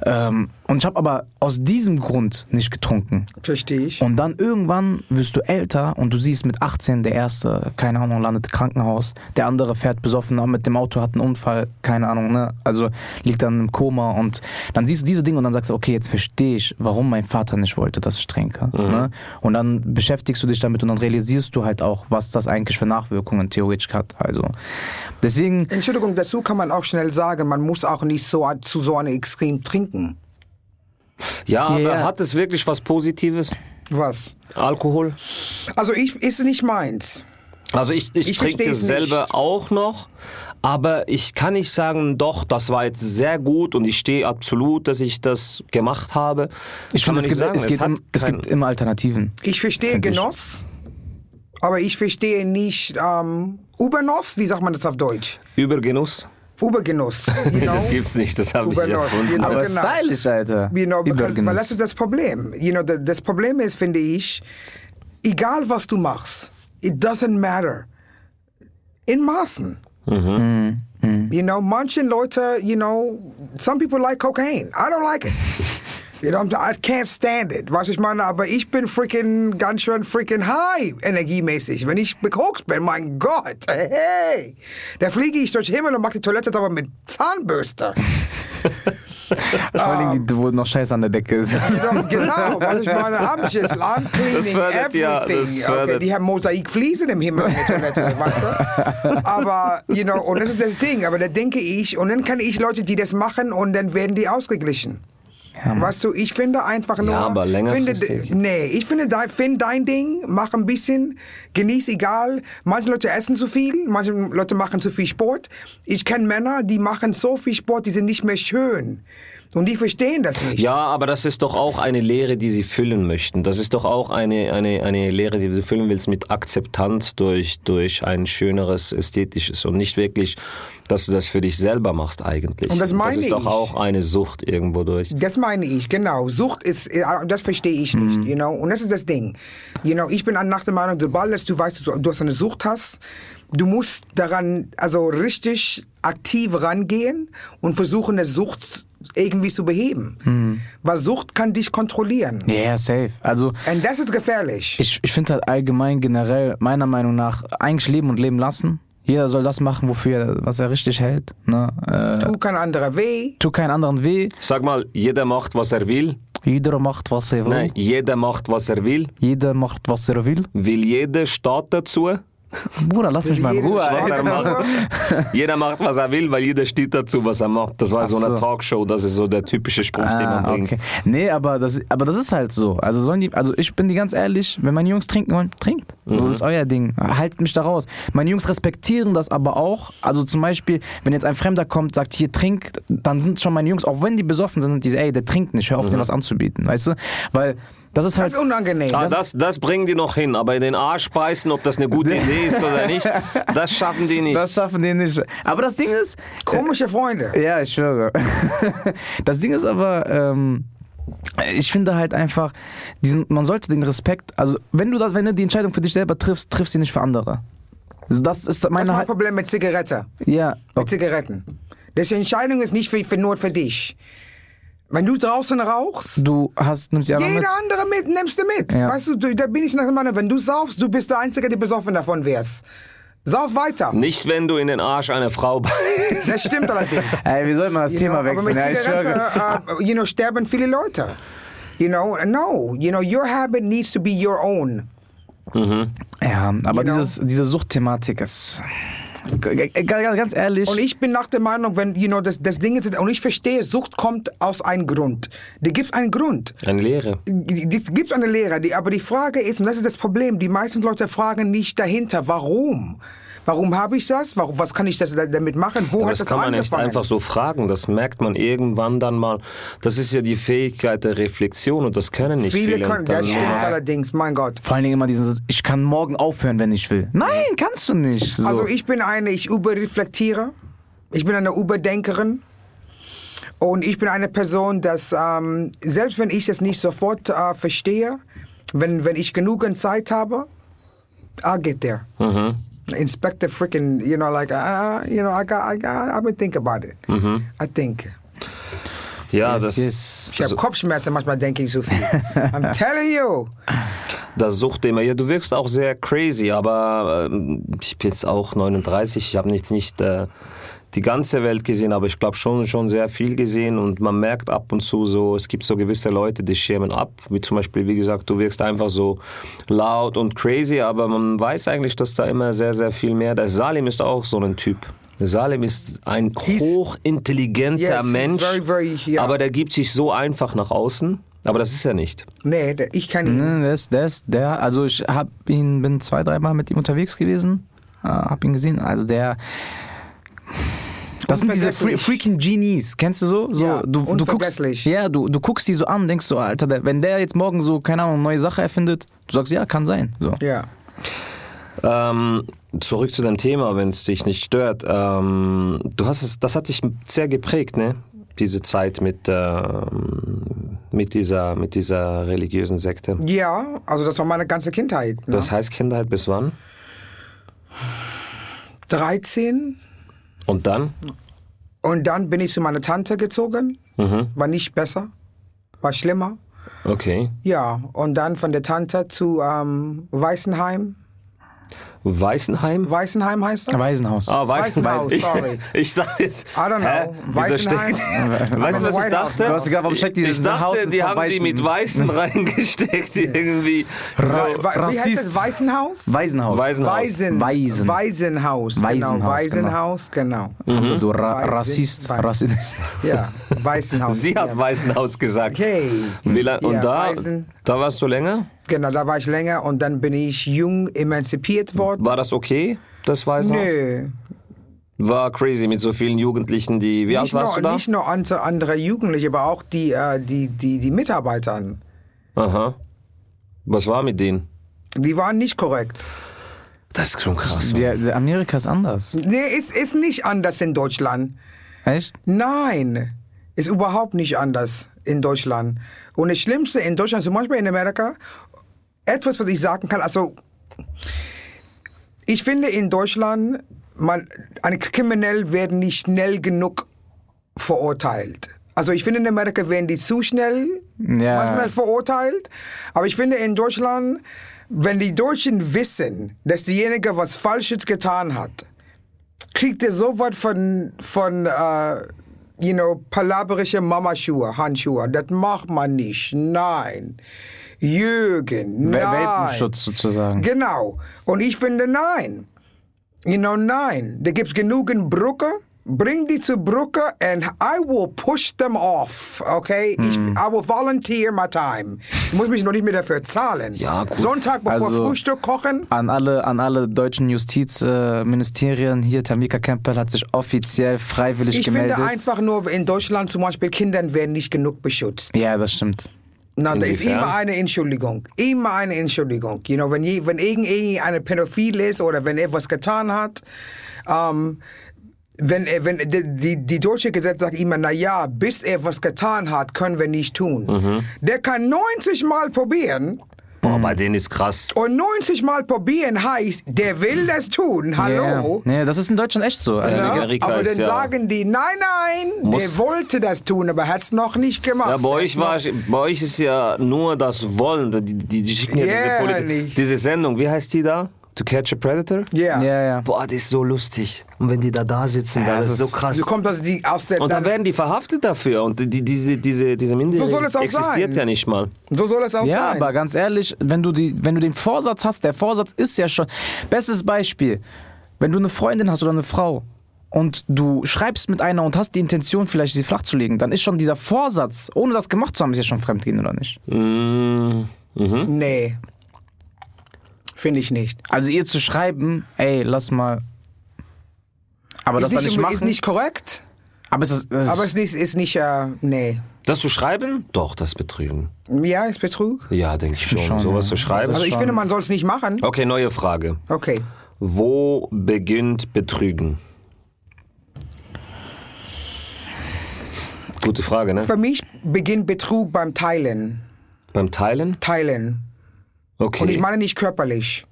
C: Ähm, und ich habe aber aus diesem Grund nicht getrunken.
B: Verstehe ich.
C: Und dann irgendwann wirst du älter und du siehst mit 18 der erste, keine Ahnung, landet im Krankenhaus, der andere fährt besoffen mit dem Auto, hat einen Unfall, keine Ahnung, ne? Also liegt dann im Koma und dann siehst du diese Dinge und dann sagst du, okay, jetzt verstehe ich, warum mein Vater nicht wollte, dass ich trinke.
A: Mhm.
C: Ne? Und dann beschäftigst du dich damit und dann realisierst du halt auch, was das eigentlich für Nachwirkungen theoretisch hat. Also deswegen,
B: Entschuldigung, dazu kann man auch schnell sagen, man muss auch nicht so zu so einem Extrem trinken.
A: Ja, aber
C: Ja.
A: hat es wirklich was Positives?
B: Was?
A: Alkohol?
B: Also ich ist nicht meins.
A: Also ich, ich,
B: Ich
A: trinke
B: versteh's
A: es selber
B: nicht.
A: auch noch, aber ich kann nicht sagen, doch, das war jetzt sehr gut und ich stehe absolut, dass ich das gemacht habe.
C: ich
A: Kann
C: finde,
A: man
C: es,
A: nicht
C: gibt,
A: sagen.
C: es, geht
A: hat
C: im- es
A: kein-
C: gibt immer Alternativen.
B: Ich verstehe
C: Find ich.
B: Genoss, aber ich verstehe nicht ähm, Übernoss, wie sagt man das auf Deutsch?
A: Übergenuss.
B: Übergenuss. You know?
A: Das gibt's nicht, das habe ich
B: Übergenuss,
A: erfunden.
B: genau.
A: Aber
C: Aber stylisch, Alter.
B: You know, because,
C: Übergenuss.
B: weil das ist das Problem. You know, da- das Problem ist, finde ich, egal was du machst, it doesn't matter. In Maßen. You know, manche Leute, you know, some people like cocaine. I don't like it. You know, I'm- I can't stand it. Weißt du, ich meine, aber ich bin freaking, ganz schön freaking high energiemäßig. Wenn ich bekokst bin, mein Gott, hey, da fliege ich durch den Himmel und mache die Toilette aber mit Zahnbürste. Ah.
C: Vor allem, die- wo noch Scheiß an der Decke ist.
B: Genau, genau, weil ich meine, I'm just, I'm
A: Das
B: cleaning
A: fördert,
B: everything.
A: ja, das
B: okay,
A: fördert.
B: die haben Mosaikfliesen im Himmel in der Toilette, weißt du? Aber, you know, und das ist das Ding, aber da denke ich, und dann kann ich Leute, die das machen, und dann werden die ausgeglichen. Weißt du, ich finde einfach nur.
A: aber
B: finde,
A: längerfristig.
B: Nee, ich finde, dein- find dein Ding, mach ein bisschen, genieß egal. Manche Leute essen zu viel, manche Leute machen zu viel Sport. Ich kenne Männer, die machen so viel Sport, die sind nicht mehr schön. Und die verstehen das nicht.
A: Ja, aber das ist doch auch eine Lehre, die sie füllen möchten. Das ist doch auch eine, eine, eine Lehre, die du füllen willst mit Akzeptanz durch, durch ein schöneres Ästhetisches und nicht wirklich, dass du das für dich selber machst eigentlich.
B: Und das meine
A: Das ist doch
B: ich.
A: auch eine Sucht irgendwo durch.
B: Das meine ich, genau. Sucht ist, äh, das verstehe ich nicht,
C: Mhm.
B: you know. Und das ist das Ding. You know, ich bin an- nach der Meinung, sobald dass du weißt, dass du- du hast eine Sucht hast, du musst daran, also richtig aktiv rangehen und versuchen, eine Sucht irgendwie zu beheben. Weil Sucht kann dich kontrollieren.
C: Mhm. Ja, safe. Also
B: Und das ist gefährlich.
C: ich, ich finde halt allgemein generell, meiner Meinung nach, eigentlich leben und leben lassen. Jeder soll das machen, wofür er, was er richtig hält. Ne? Äh,
B: Tu kein anderer weh.
C: tu keinen anderen weh.
A: Sag mal, jeder macht, was er will.
C: Jeder macht, was er will.
A: Nein, jeder macht, was er will.
C: Jeder macht, was er will.
A: Will jeder steht dazu?
C: Bruder, lass mich mal in
B: Jeder
C: Ruhe.
B: schwarze
A: Was er
C: Alter.
A: macht. Jeder macht, was er will, weil jeder steht dazu, was er macht. Das war so eine
C: so.
A: Talkshow, das ist so der typische Spruch, den man
C: Ah,
A: bringt.
C: okay. Nee, aber das, aber das ist halt so. Also sollen die, also ich bin die ganz ehrlich, wenn meine Jungs trinken wollen, trinkt.
A: Mhm.
C: Also das ist euer Ding. Haltet mich da raus. Meine Jungs respektieren das aber auch. Also zum Beispiel, wenn jetzt ein Fremder kommt, sagt hier trink, dann sind schon meine Jungs, auch wenn die besoffen sind, die sagen, ey, der trinkt nicht, hör
A: Mhm.
C: auf, dem was anzubieten, weißt du? Weil das ist
B: Das
C: halt.
B: ist unangenehm.
A: Ah, das, das bringen die noch hin, aber in den Arsch beißen, ob das eine gute Idee ist oder nicht, das schaffen die nicht.
C: das schaffen die nicht. Aber das Ding ist,
B: Komische Freunde.
C: Ja, äh, ich schwöre. Das Ding ist aber, ähm, ich finde halt einfach, diesen, man sollte den Respekt, also wenn du das, wenn du die Entscheidung für dich selber triffst, triffst sie nicht für andere. Also das ist
B: Das ist
C: meine
B: mein
C: halt,
B: Problem mit Zigaretten.
C: ja,
B: mit Zigaretten. Das Entscheidung ist nicht für, für nur für dich. Wenn du draußen rauchst,
C: du hast nimmst die anderen
B: jeder
C: mit.
B: andere mit, nimmst du mit.
C: Ja.
B: Weißt du, du, da bin ich nach meiner, wenn du saufst, du bist der Einzige, der besoffen davon wärst. Sauf weiter.
A: Nicht, wenn du in den Arsch einer Frau beißt.
B: Das stimmt allerdings.
C: Ey, wir sollten mal das
B: You know,
C: Thema
B: aber
C: wechseln.
B: mit
C: Ja, ich schwöre.
B: Zigarette, uh, you know, sterben viele Leute. You know, no, you know, your habit needs to be your own.
C: Ja,
B: You
C: aber
B: know.
C: dieses, diese Suchtthematik ist. g- g- Ganz ehrlich.
B: Und ich bin nach der Meinung, wenn, you know, das, das Ding ist, und ich verstehe, Sucht kommt aus einem Grund. Da gibt's einen Grund.
A: Eine Lehre.
B: gibt eine Lehre, die, aber die Frage ist, und das ist das Problem, die meisten Leute fragen nicht dahinter, warum? Warum habe ich das? Warum, was kann ich das da- damit machen? Wo
A: Aber
B: hat
A: das
B: das
A: kann man nicht
B: angefangen?
A: einfach so fragen. Das merkt man irgendwann dann mal. Das ist ja die Fähigkeit der Reflexion und das können nicht viele.
B: Viele können,
A: Und dann- äh,
B: das stimmt allerdings, mein Gott.
C: vor allen Dingen immer dieses, ich kann morgen aufhören, wenn ich will. Nein, kannst du nicht. So.
B: Also ich bin eine, ich überreflektiere, ich bin eine Überdenkerin und ich bin eine Person, dass ähm, selbst wenn ich das nicht sofort äh, verstehe, wenn, wenn ich genügend Zeit habe, I'll get there. Inspector freaking, you know, like, uh, you know, I got, I got, I've been thinking about it. I think.
A: ja,
C: Yes,
A: das,
C: yes.
B: Ich habe Kopfschmerzen, manchmal denke ich so viel. I'm telling you.
A: das Suchtthema. Ja, du wirkst auch sehr crazy, aber ähm, ich bin jetzt auch 39. Ich habe nicht, nicht äh, die ganze Welt gesehen, aber ich glaube schon, schon sehr viel gesehen und man merkt ab und zu so, es gibt so gewisse Leute, die schirmen ab. Wie zum Beispiel, wie gesagt, du wirkst einfach so laut und crazy, aber man weiß eigentlich, dass da immer sehr, sehr viel mehr. Der Salim ist auch so ein Typ. Salim ist ein
B: He's- Yes,
A: hochintelligenter
B: he's
A: Mensch,
B: very, very- ja.
A: aber der gibt sich so einfach nach außen. Aber das ist er nicht.
B: Nee, ich kann ihn.
C: Ne, Das, das, der. Also ich hab ihn, bin zwei, dreimal mit ihm unterwegs gewesen, äh, hab ihn gesehen. Also der. Das sind diese Fre
B: Unvergesslich.
C: freaking Genies, kennst du so? so
B: Ja,
C: du, du guckst,
B: unvergesslich.
C: ja, du, du guckst die so an, denkst so, Alter, der, wenn der jetzt morgen so, keine Ahnung, eine neue Sache erfindet, du sagst, ja, kann sein. So.
B: Ja.
A: Ähm, zurück zu deinem Thema, wenn es dich nicht stört. Ähm, du hast es, das hat dich sehr geprägt, ne? Diese Zeit mit, ähm, mit, dieser, mit dieser religiösen Sekte.
B: Ja, also das war meine ganze Kindheit. Ne?
A: Das heißt Kindheit bis wann?
B: 13,
A: Und dann?
B: Und dann bin ich zu meiner Tante gezogen.
A: Mhm.
B: War nicht besser, war schlimmer.
A: Okay.
B: Ja, und dann von der Tante zu ähm, Weißenheim.
A: Weißenheim?
B: Weißenheim heißt das?
C: Waisenhaus.
A: Ah, Weißenheim.
B: Weißenhaus, sorry.
A: Ich, ich dachte jetzt.
B: I don't know.
A: Hä? Wieso
B: Weißenheim.
A: steckt- Weißt du,
B: Aber
A: was ich
B: White House.
A: dachte?
B: Du
C: hast egal, warum steckt dieses
A: ich dachte,
C: Haus
A: die
C: vor
A: haben die
C: Weißen?
A: mit Weißen reingesteckt irgendwie.
B: Wei-
A: So,
B: Wei- Wie heißt
C: Rassist.
B: das? Weißenhaus?
C: Waisenhaus.
A: Weißenhaus.
B: Weisen.
C: Waisen.
B: Weisenhaus. Genau.
C: Weisenhaus,
B: Weisenhaus, genau.
C: Also, du Ra
B: Waisen-
C: Rassist.
B: Waisen-
C: Rassist.
B: genau. Ja, Weisenhaus.
A: Sie hat Weißenhaus gesagt.
B: Okay.
A: Wie lang, und
B: Ja,
A: da,
B: Weißen-
A: da warst du länger?
B: Genau, da war ich länger und dann bin ich jung emanzipiert worden.
A: War das okay, das Weißenhaus?
B: Nö,
A: War crazy mit so vielen Jugendlichen, die. Wie alt
B: nicht
A: warst
B: nur,
A: du da?
B: nicht nur ante- andere Jugendliche, aber auch die, äh, die, die, die Mitarbeiter.
A: Aha. Was war mit denen?
B: Die waren nicht korrekt.
A: Das ist schon krass. Mann.
C: Der, der Amerika ist anders.
B: Nee, ist, ist nicht anders in Deutschland.
C: Echt?
B: Nein, ist überhaupt nicht anders in Deutschland. Und das Schlimmste in Deutschland, zum Beispiel in Amerika, etwas, was ich sagen kann, also ich finde in Deutschland, man, ein Kriminell werden nicht schnell genug verurteilt. Also ich finde in Amerika werden die zu schnell
C: Ja.
B: manchmal verurteilt. Aber ich finde in Deutschland, wenn die Deutschen wissen, dass derjenige was Falsches getan hat, kriegt er sofort von, von äh, you know, palaverische Mamaschuhe, Handschuhe. Das macht man nicht. Nein. Jürgen,
C: Wel-
B: nein.
C: Welpenschutz sozusagen.
B: Genau. Und ich finde, nein. You know, nein. Da gibt's genügend Brücke. Bring die zu Brücke and I will push them off, okay? Ich, I will volunteer my time. Ich muss mich noch nicht mehr dafür zahlen.
A: Ja, gut.
B: Sonntag bevor
C: Also-
B: Frühstück kochen.
C: An alle, an alle deutschen Justizministerien äh, Ministerien hier, Tamika Campbell hat sich offiziell freiwillig
B: Ich
C: gemeldet.
B: finde einfach nur, in Deutschland zum Beispiel, Kindern werden nicht genug beschützt.
C: ja, das stimmt.
B: Na, da ist
A: Inwiefern?
B: immer eine Entschuldigung. Immer eine Entschuldigung. You know, wenn, je, wenn irgend- irgendeiner pädophil ist oder wenn er was getan hat, ähm, wenn, er, wenn die, die, die deutsche Gesetz sagt immer, na ja, bis er was getan hat, können wir nicht tun.
A: Mhm.
B: Der kann 90 Mal probieren
A: Boah, bei denen ist krass.
B: und 90 Mal probieren heißt, der will das tun. Hallo?
C: Ja, ja das ist in Deutschland echt so. Also,
A: Ja.
B: Ne?
A: Amerika
B: Aber
A: ist
B: dann
A: ja-
B: sagen die, nein, nein,
A: Muss-
B: der wollte das tun, aber hat es noch nicht gemacht.
A: Ja, bei euch, war, bei euch ist ja nur das Wollen. Die, die, die schicken ja
B: Yeah,
A: diese, Poli-
B: honey.
A: diese Sendung. Wie heißt die da? To Catch a Predator?
B: Ja.
C: ja, ja.
A: Boah, das ist so lustig. Und wenn die da da sitzen,
C: Ja,
A: das,
C: das
A: ist so
C: ist-
A: krass.
B: So kommt das die aus der
A: Und dann
B: dann-
A: werden die verhaftet dafür. Und die, die, diese, diese, diese Minderjährige
B: So soll es auch
A: existiert
B: sein.
A: ja nicht mal.
B: So soll es auch
C: Ja,
B: sein.
C: aber ganz ehrlich, wenn du, die, wenn du den Vorsatz hast, der Vorsatz ist ja schon. Bestes Beispiel, wenn du eine Freundin hast oder eine Frau und du schreibst mit einer und hast die Intention, vielleicht sie flachzulegen, dann ist schon dieser Vorsatz, ohne das gemacht zu haben, ist ja schon fremdgehen, oder nicht?
A: Mm, mhm.
B: Hm? Nee. Finde ich nicht.
C: Also ihr zu schreiben, ey, lass mal. Aber das
B: ist,
C: dann
B: nicht
C: nicht
B: ist
C: machen.
B: nicht korrekt,
C: aber es ist. Es
B: aber
C: aber
B: es ist nicht, ist nicht äh, nee.
A: Das zu schreiben? Doch, das Betrügen.
B: Ja, ist Betrug.
A: Ja, denke ich schon.
C: schon,
A: Sowas
C: ja.
A: zu schreiben.
B: Also ich
C: schon-
B: finde, man soll es nicht machen.
A: okay, neue Frage.
B: Okay.
A: Wo beginnt Betrügen? Gute Frage, ne?
B: Für mich beginnt Betrug beim Teilen.
A: Beim Teilen?
B: Teilen.
A: Okay.
B: Und ich meine nicht körperlich.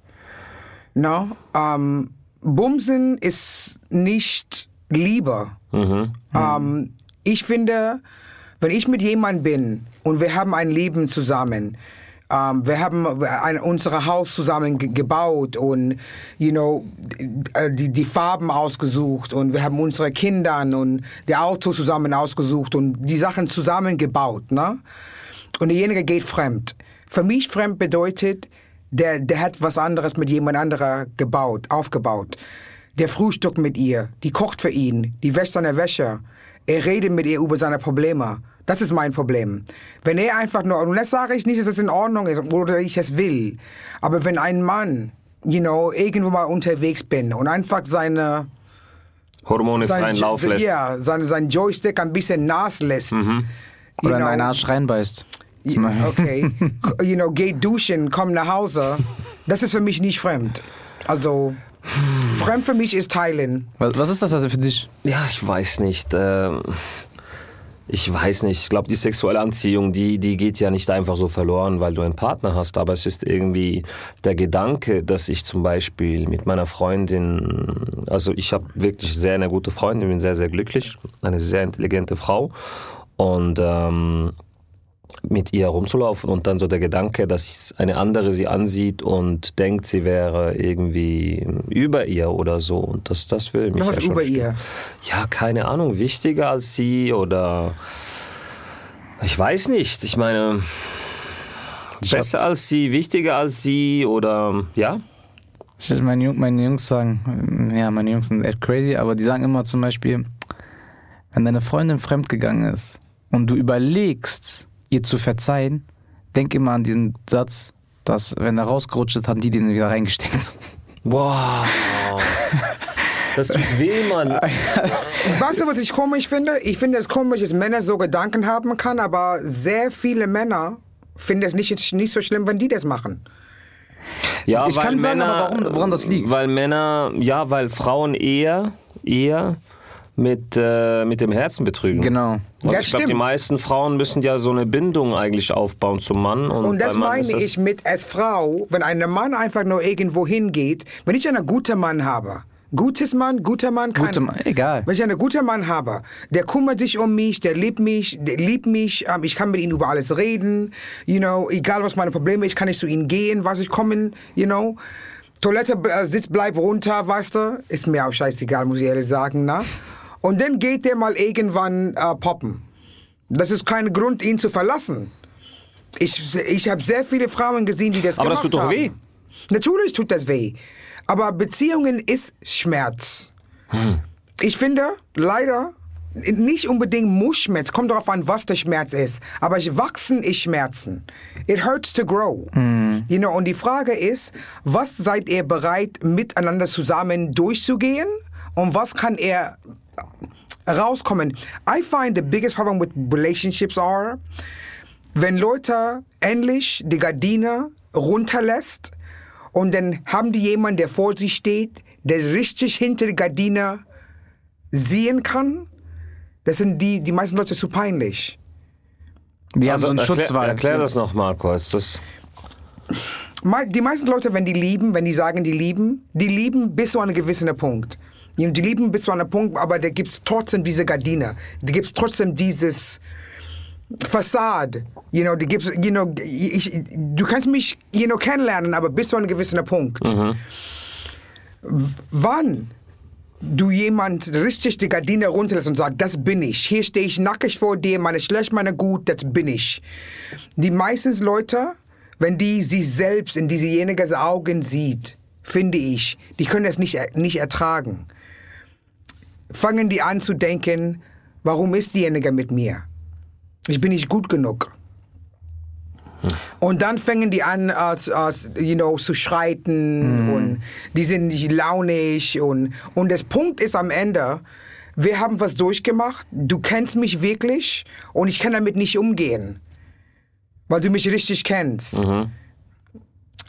B: No? Ähm, Bumsen ist nicht Liebe. Ähm, ich finde, wenn ich mit jemandem bin und wir haben ein Leben zusammen, ähm, wir haben ein, unser Haus zusammen ge gebaut und you know, äh, die, die Farben ausgesucht und wir haben unsere Kinder und der Auto zusammen ausgesucht und die Sachen zusammen gebaut. Ne? Und derjenige geht fremd. Für mich fremd bedeutet, der, der hat was anderes mit jemand anderer gebaut, aufgebaut. Der frühstückt mit ihr, die kocht für ihn, die wäscht seine Wäsche. Er redet mit ihr über seine Probleme. Das ist mein Problem. Wenn er einfach nur, und das sage ich nicht, dass es in Ordnung ist oder ich es will, aber wenn ein Mann, you know, irgendwo mal unterwegs bin und einfach seine,
A: Hormone freien
B: sein,
A: Lauf lässt. Mhm.
B: ja, seine, sein Joystick ein bisschen nass lässt. you
C: oder in
B: know,
C: einen Arsch reinbeißt.
B: genau. ja,
C: Zum Beispiel.
B: Okay. you know, geh duschen, komm nach Hause. Das ist für mich nicht fremd. Also, fremd für mich ist teilen.
C: Was, was ist das also für dich?
A: Ja, ich weiß nicht. ähm, Ich weiß nicht. Ich glaube, die sexuelle Anziehung, die, die geht ja nicht einfach so verloren, weil du einen Partner hast. Aber es ist irgendwie der Gedanke, dass ich zum Beispiel mit meiner Freundin, also ich habe wirklich sehr eine gute Freundin, bin sehr, sehr glücklich, eine sehr intelligente Frau. Und ähm, mit ihr rumzulaufen und dann so der Gedanke, dass eine andere sie ansieht und denkt, sie wäre irgendwie über ihr oder so und das, das will mich
B: Was
A: ja
B: ist
A: schon
B: über
A: stören.
B: ihr?
A: Ja, keine Ahnung, wichtiger als sie oder ich weiß nicht, ich meine besser als sie, wichtiger als sie oder ja,
C: Ich, meine, Jung, meine Jungs sagen, ähm, ja, meine Jungs sind echt crazy, aber die sagen immer zum Beispiel, wenn deine Freundin fremdgegangen ist und du überlegst, ihr zu verzeihen, denk immer an diesen Satz, dass wenn er rausgerutscht ist, haben die den wieder reingesteckt.
A: wow. Das tut weh, Mann.
B: Weißt du, was ich komisch finde? Ich finde es komisch, dass Männer so Gedanken haben kann, aber sehr viele Männer finden es nicht, nicht so schlimm, wenn die das machen.
A: Ja,
C: Ich kann sagen, aber warum- woran das liegt?
A: Weil Männer, ja, weil Frauen eher, eher mit, äh, mit dem Herzen betrügen.
C: Genau.
A: Und
B: Das
A: ich glaube, die
B: stimmt.
A: meisten Frauen müssen ja so eine Bindung eigentlich aufbauen zum Mann. Und,
B: Und das
A: beim Mann ist
B: meine
A: das-
B: ich mit als Frau, wenn ein Mann einfach nur irgendwo hingeht, wenn ich einen guten Mann habe, gutes Mann, guter Mann, kein,
C: Gute, Ma- egal.
B: Wenn ich einen guten Mann habe, der kümmert sich um mich, der liebt mich, der liebt mich, ähm, ich kann mit ihm über alles reden, you know, egal was meine Probleme, ich kann nicht zu ihm gehen, was ich kommen, you know. Toilette, äh, Sitz bleibt runter, weißt du, ist mir auch scheißegal, muss ich ehrlich sagen, ne? Und dann geht der mal irgendwann äh, poppen. Das ist kein Grund, ihn zu verlassen. Ich, ich habe sehr viele Frauen gesehen, die das
A: Aber das
B: gemacht
A: tut doch
B: haben.
A: weh.
B: Natürlich tut das weh. Aber Beziehungen ist Schmerz.
A: Hm.
B: Ich finde, leider, nicht unbedingt muss Schmerz, kommt darauf an, was der Schmerz ist. Aber ich- wachsen ist Schmerzen. It hurts to grow.
A: Hm.
B: You know, und die Frage ist, was seid ihr bereit, miteinander zusammen durchzugehen? Und was kann er rauskommen? I find the biggest problem with relationships are, wenn Leute endlich die Gardine runterlässt und dann haben die jemanden, der vor sie steht, der richtig hinter die Gardine sehen kann, das sind die, die meisten Leute zu peinlich.
C: Die haben so einen
A: Also erklär,
C: Schutzwall.
A: Erklär das noch, Markus. Das,
B: Me- Die meisten Leute, wenn die lieben, wenn die sagen, die lieben, die lieben bis zu einem gewissen Punkt. Die die lieben bis zu einem Punkt, aber da gibt es trotzdem diese Gardine. Da gibt es trotzdem dieses Fassade. You know, da gibt's, you know, ich, du kannst mich, you know, kennenlernen, aber bis zu einem gewissen Punkt. W- Wann du jemand richtig die Gardine runterlässt und sagst, das bin ich. Hier stehe ich nackig vor dir, meine schlecht, meine gut, das bin ich. Die meisten Leute, wenn die sich selbst in diesejenigen Augen sieht, finde ich, die können das nicht, er- nicht ertragen. Fangen die an zu denken, warum ist diejenige mit mir? Ich bin nicht gut genug. Und dann fangen die an, äh, zu- äh, you know, zu schreiten und die sind nicht launisch und, und das Punkt ist am Ende, wir haben was durchgemacht, du kennst mich wirklich und ich kann damit nicht umgehen, weil du mich richtig kennst.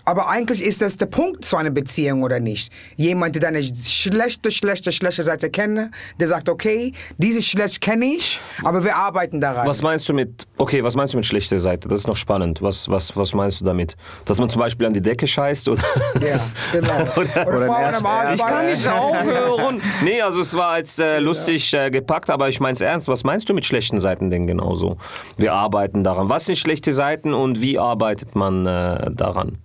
B: Aber eigentlich ist das der Punkt zu einer Beziehung oder nicht. Jemand, der deine schlechte, schlechte, schlechte Seite kennt, der sagt, okay, diese schlecht kenne ich, aber wir arbeiten daran.
A: was meinst du mit, okay, was meinst du mit schlechter Seite? Das ist noch spannend. Was, was, was meinst du damit? Dass man zum Beispiel an die Decke scheißt oder?
B: Ja, genau. Oder,
C: oder
B: Frauen am
C: Erst-
B: Abend.
A: Ich kann nicht aufhören. Nee, also es war jetzt äh, lustig äh, gepackt, aber ich mein's ernst. Was meinst du mit schlechten Seiten denn genauso? Wir arbeiten daran. Was sind schlechte Seiten und wie arbeitet man äh, daran?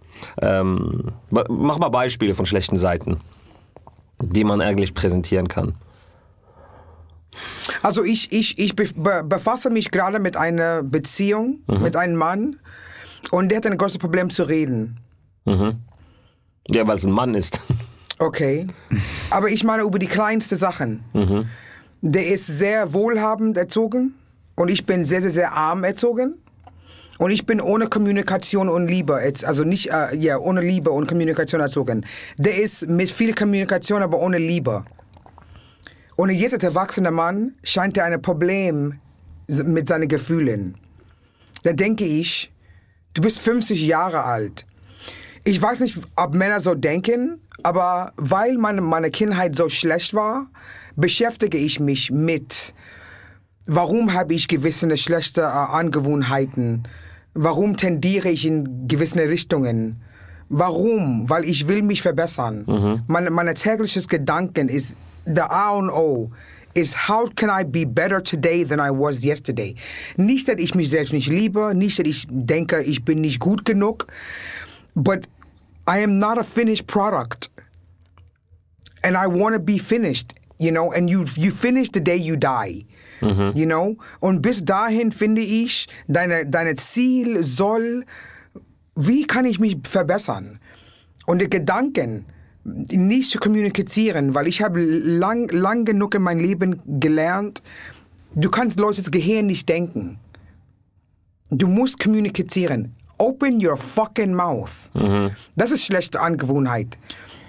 A: Ähm, wa- mach mal Beispiele von schlechten Seiten, die man eigentlich präsentieren kann.
B: Also ich, ich, ich bef- be- befasse mich gerade mit einer Beziehung, mit einem Mann. Und der hat ein großes Problem zu reden.
A: Ja, weil es ein Mann ist.
B: Okay. Aber ich meine über die kleinsten Sachen. Der ist sehr wohlhabend erzogen. Und ich bin sehr, sehr, sehr arm erzogen. Und ich bin ohne Kommunikation und Liebe, erz- also nicht, äh, ja, ohne Liebe und Kommunikation erzogen. Der ist mit viel Kommunikation, aber ohne Liebe. Und jetzt als erwachsener Mann scheint er ein Problem s- mit seinen Gefühlen. Da denke ich, du bist 50 Jahre alt. Ich weiß nicht, ob Männer so denken, aber weil meine, meine Kindheit so schlecht war, beschäftige ich mich mit, warum habe ich gewisse schlechte äh, Angewohnheiten? Warum tendiere ich in gewisse Richtungen? Warum? Weil ich will mich verbessern. Mein, mein tägliches Gedanken ist der A und O. is how can I be better today than I was yesterday? Nicht, dass ich mich selbst nicht liebe, nicht, dass ich denke, ich bin nicht gut genug, but I am not a finished product. And I want to be finished, you know, and you, you finish the day you die. You know? Und bis dahin finde ich, deine, deine Ziel soll wie kann ich mich verbessern? Und die Gedanken nicht zu kommunizieren, weil ich habe lang, lang genug in meinem Leben gelernt, du kannst Leutes Gehirn nicht denken. Du musst kommunizieren. Open your fucking mouth. Das ist schlechte Angewohnheit.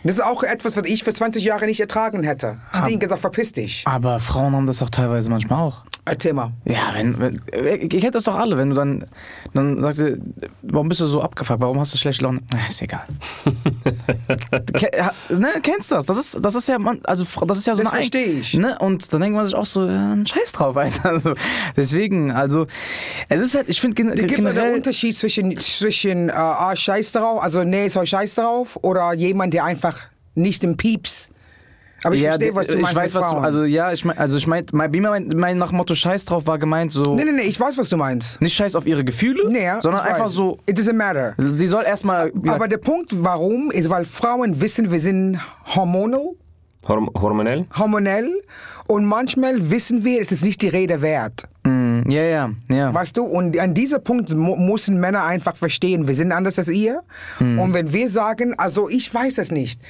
B: Das ist auch etwas, was ich für 20 Jahre nicht ertragen hätte. Ich denke, gesagt, verpiss dich.
C: Aber Frauen haben das doch teilweise manchmal auch.
B: Erzähl mal.
C: Ja, wenn, wenn äh, ich hätte das doch alle, wenn du dann dann sagst, du, warum bist du so abgefuckt, warum hast du schlechte Laune? Na, ist egal. Ke ha- ne, kennst das? Das ist das ist ja man, also fr- das ist ja so
B: Das
C: eine Eig-
B: versteh ich.
C: Ne? Und dann denkt man sich auch so, ja, ein Scheiß drauf, Alter. Also, deswegen, also es ist halt, ich finde gen
B: Gibt es einen
C: generell
B: Unterschied zwischen, zwischen äh, ah, scheiß drauf, also nee, ist euch scheiß drauf, oder jemand, der einfach nicht im Pieps? Aber ich verstehe, was du
C: ich
B: meinst.
C: weiß,
B: mit
C: was du,
B: Frauen.
C: also ja, ich mein, also ich mein, mein, wie mein, mein nach dem Motto Scheiß drauf war gemeint so
B: nee, nee, nee, ich weiß, was du meinst.
C: nicht Scheiß auf ihre Gefühle,
B: Nee, ja,
C: sondern
B: ich weiß.
C: einfach so,
B: It doesn't matter.
C: die soll erstmal ja,
B: Aber der Punkt, warum, ist, weil Frauen wissen, wir sind hormonal,
A: Horm hormonell?
B: hormonell und manchmal wissen wir, es ist nicht die Rede wert.
C: ja, ja, ja.
B: Weißt du, und an diesem Punkt mu müssen Männer einfach verstehen, wir sind anders als ihr.
C: Hm.
B: Und wenn wir sagen, also ich weiß es nicht.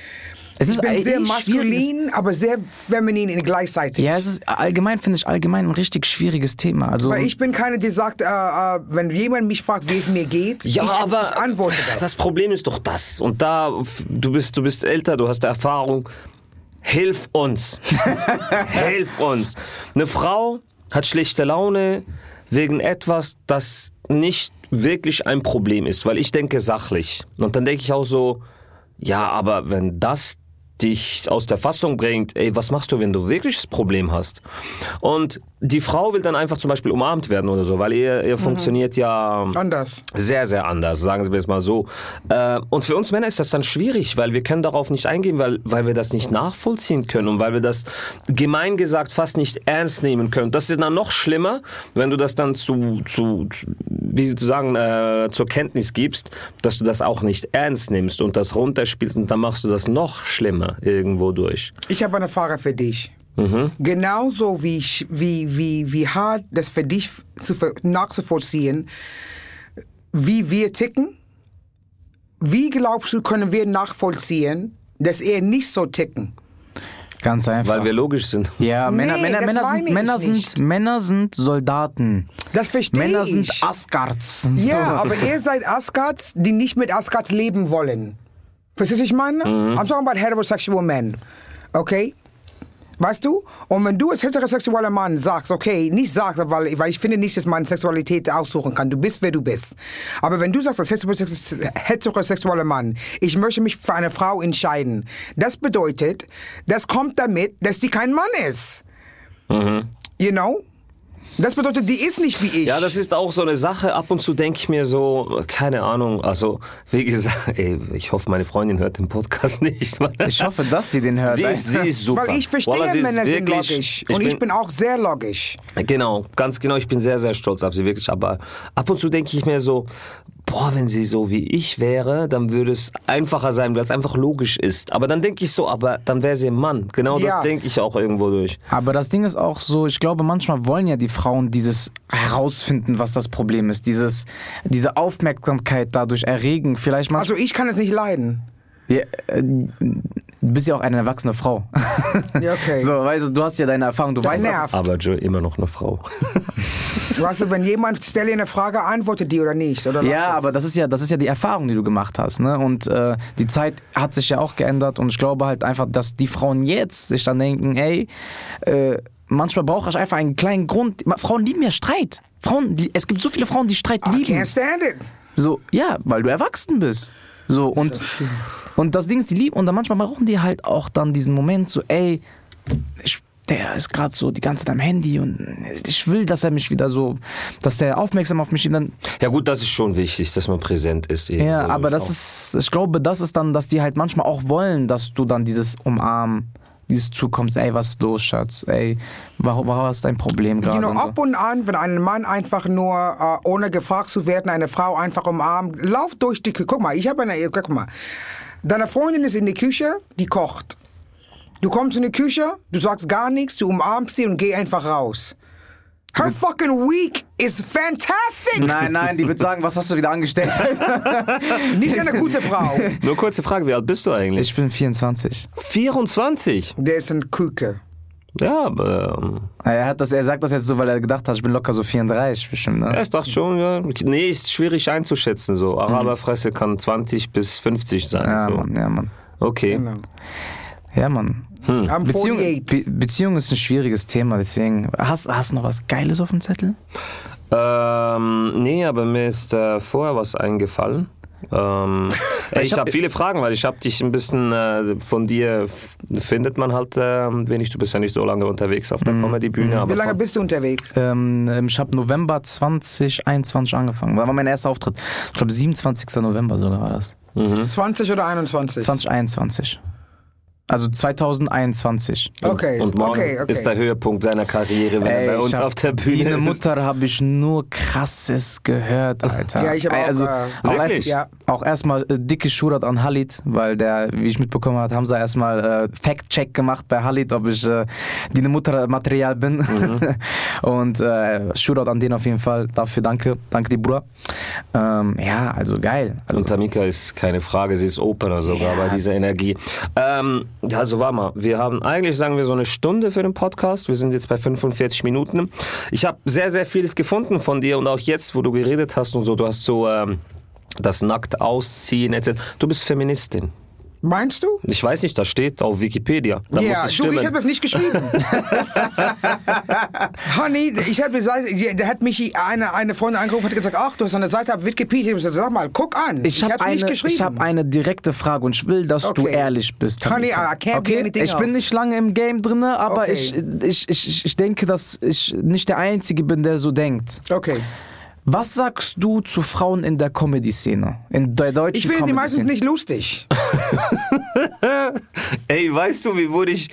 C: Es
B: ich bin
C: eh
B: sehr
C: schwierig, es-
B: maskulin, aber sehr feminin in gleichzeitig.
C: Ja, es ist allgemein, finde ich, allgemein ein richtig schwieriges Thema. Also,
B: Weil ich bin keine, die sagt, äh, äh, wenn jemand mich fragt, wie es mir geht, ich, ich antworte das.
A: das Problem ist doch das. Und da, f- du bist, du bist älter, du hast Erfahrung. Hilf uns. Hilf uns. Eine Frau hat schlechte Laune wegen etwas, das nicht wirklich ein Problem ist, weil ich denke sachlich. Und dann denke ich auch so, ja, aber wenn das dich aus der Fassung bringt, ey, was machst du, wenn du wirklich das Problem hast? Und die Frau will dann einfach zum Beispiel umarmt werden oder so, weil ihr, ihr funktioniert ja
B: Mhm. Anders.
A: sehr, sehr anders, sagen Sie mir es mal so. Äh, Und für uns Männer ist das dann schwierig, weil wir können darauf nicht eingehen, weil, weil wir das nicht nachvollziehen können und weil wir das gemein gesagt fast nicht ernst nehmen können. Das ist dann noch schlimmer, wenn du das dann zu, zu zu- wie Sie zu sagen, äh, zur Kenntnis gibst, dass du das auch nicht ernst nimmst und das runterspielst und dann machst du das noch schlimmer irgendwo durch.
B: Ich habe eine Frage für dich.
C: Mhm.
B: Genauso wie, ich, wie, wie, wie hart das für dich zu, ver- nachzuvollziehen, wie wir ticken, wie glaubst du, können wir nachvollziehen, dass er nicht so ticken?
C: ganz einfach.
A: Weil wir logisch sind.
C: ja, Männer,
B: Nee,
C: Männer,
B: das
C: Männer,
B: meine
C: sind,
B: ich
C: Männer,
B: nicht.
C: sind, Männer sind Soldaten.
B: Das verstehe
C: Männer
B: ich.
C: sind Asgards.
B: Ja, aber ihr seid Asgards, die nicht mit Asgards leben wollen. Verstehst du, was ich meine? I'm talking about heterosexual men. Okay? Weißt du? Und wenn du als heterosexueller Mann sagst, okay, nicht sagst, weil, weil ich finde nicht, dass man Sexualität aussuchen kann. Du bist, wer du bist. Aber wenn du sagst, als heterosex- heterosexueller Mann, ich möchte mich für eine Frau entscheiden, das bedeutet, das kommt damit, dass die kein Mann ist. You know? Das bedeutet, die ist nicht wie ich.
A: Ja, das ist auch so eine Sache. Ab und zu denke ich mir so, keine Ahnung. Also, wie gesagt, ey, ich hoffe, meine Freundin hört den Podcast nicht.
C: Ich hoffe, dass sie den hört.
A: Sie ist, sie ist super.
B: Weil ich verstehe,
A: Wallah, sie ist
B: Männer sind
A: wirklich-
B: logisch. und ich bin auch sehr logisch.
A: Genau, ganz genau. Ich bin sehr, sehr stolz auf sie, wirklich. Aber ab und zu denke ich mir so, boah, wenn sie so wie ich wäre, dann würde es einfacher sein, weil es einfach logisch ist. Aber dann denke ich so, aber dann wäre sie ein Mann. Genau
B: Ja.
A: das denke ich auch irgendwo durch.
C: Aber das Ding ist auch so, ich glaube, manchmal wollen ja die Frauen dieses herausfinden, was das Problem ist. Dieses, diese Aufmerksamkeit dadurch erregen. Vielleicht manchmal.
B: Also ich kann es nicht leiden.
C: Ja, äh, du bist ja auch eine erwachsene Frau.
B: Ja, okay.
C: So, weißt du, du hast ja deine Erfahrung, du
B: Das
C: weißt
B: nervt.
A: Aber Joe, immer noch eine Frau.
B: Weißt du, wenn jemand stelle eine Frage, antwortet die oder nicht. Oder lass
C: Ja,
B: es.
C: aber das ist ja, das ist ja die Erfahrung, die du gemacht hast, ne? Und äh, die Zeit hat sich ja auch geändert und ich glaube halt einfach, dass die Frauen jetzt sich dann denken, ey, äh, manchmal brauche ich einfach einen kleinen Grund. Ma- Frauen lieben ja Streit. Frauen, die, es gibt so viele Frauen, die Streit
B: I
C: lieben.
B: can't stand it.
C: So, ja, weil du erwachsen bist. So und und das Ding ist, die lieben und dann manchmal brauchen die halt auch dann diesen Moment so, ey, ich, der ist gerade so die ganze Zeit am Handy und ich will, dass er mich wieder so, dass der aufmerksam auf mich ist. Dann
A: ja gut, das ist schon wichtig, dass man präsent ist.
C: Ja,
A: irgendwo
C: aber
A: auch.
C: das ist, ich glaube, das ist dann, dass die halt manchmal auch wollen, dass du dann dieses Umarmen dieses zukommst, ey, was ist los, Schatz? Ey, warum, warum hast du ein Problem
B: You
C: gerade?
B: know,
C: und so.
B: ab und an, wenn ein Mann einfach nur, äh, ohne gefragt zu werden, eine Frau einfach umarmt, lauft durch die Küche. Guck mal, ich habe eine, äh, guck mal. Deine Freundin ist in der Küche, die kocht. Du kommst in die Küche, du sagst gar nichts, du umarmst sie und geh einfach raus. Her fucking week is fantastic.
C: Nein, nein, die wird sagen, was hast du wieder angestellt?
B: Nicht eine gute Frau.
A: Nur kurze Frage, wie alt bist du eigentlich?
C: ich bin 24.
A: 24.
B: Der ist ein Küke.
A: Ja, aber ähm,
C: Er, hat das, er sagt das jetzt so, weil er gedacht hat, ich bin locker so 34 bestimmt. Ne?
A: ja, ich dachte schon, ja. Nee, ist schwierig einzuschätzen so. Araberfresse kann 20 bis 50 sein.
C: Ja,
A: so.
C: Mann, ja, Mann.
A: Okay.
C: Ja, Mann.
A: Hm.
B: I'm
C: Beziehung,
B: 48.
C: Be Beziehung ist ein schwieriges Thema, deswegen. Hast, hast du noch was Geiles auf dem Zettel?
A: Ähm, nee, aber mir ist äh, vorher was eingefallen. Ähm, ey, ich
C: hab-
A: habe hab viele Fragen, weil ich habe dich ein bisschen äh, von dir f- findet man halt ähm, wenig. Du bist ja nicht so lange unterwegs auf der Comedy-Bühne. aber
B: Wie lange
A: von-
B: bist du unterwegs?
C: Ähm, ähm, ich habe November 2021 angefangen. War mein erster Auftritt. Ich glaube, 27. November sogar war das.
A: Hm.
B: 20 oder 21?
C: 2021. Also 2021.
B: Okay,
A: und morgen
B: okay, okay.
A: ist der Höhepunkt seiner Karriere, wenn er bei
C: ich
A: uns
C: hab-
A: auf der
C: Wie
A: Bühne
C: eine
A: ist. Ah.
C: Mutter habe ich nur krasses gehört, Alter.
B: Ja, ich hab
C: Ey,
B: auch,
C: also,
B: äh,
C: auch,
A: Wirklich?
C: erst,
B: Ja.
C: auch erstmal äh, dicke Shoutout an Halit, weil der, wie ich mitbekommen habe, haben sie erstmal äh, Fact-Check gemacht bei Halit, ob ich äh, die Mutter-Material bin.
A: Mhm.
C: Und äh, Shoutout an den auf jeden Fall. Dafür danke. Danke, die Bruder. Ähm, ja, also geil. Also,
A: Und Tamika ist keine Frage, sie ist Opener sogar
C: Ja.
A: bei dieser Energie. Ähm, ja, also war mal, wir haben eigentlich, sagen wir, so eine Stunde für den Podcast. Wir sind jetzt bei 45 Minuten. Ich habe sehr, sehr vieles gefunden von dir und auch jetzt, wo du geredet hast und so, du hast so ähm, das nackt ausziehen etc. Du bist Feministin.
B: Meinst du?
A: Ich weiß nicht, das steht auf Wikipedia. Da
B: ja,
A: muss es
B: du,
A: stimmen.
B: ich habe das nicht geschrieben. Honey, ich habe gesagt, der hat mich eine, eine Freundin angerufen und hat gesagt, ach, du hast eine Seite auf Wikipedia. Ich hab gesagt, sag mal, guck an.
C: Ich habe
B: hab's
C: eine,
B: nicht geschrieben.
C: ich hab eine direkte Frage und ich will, dass du
B: Okay.
C: ehrlich bist.
B: Honey,
C: Tamika.
B: I can't do
C: okay?
B: anything
C: Ich bin
B: else.
C: nicht lange im Game drin, aber
B: Okay.
C: ich, ich, ich, ich denke, dass ich nicht der Einzige bin, der so denkt.
B: okay.
C: Was sagst du zu Frauen in der Comedy-Szene? In der deutschen
B: Ich finde die meistens
C: Comedy-Szene?
B: nicht lustig.
A: Ey, weißt du, wie wurde ich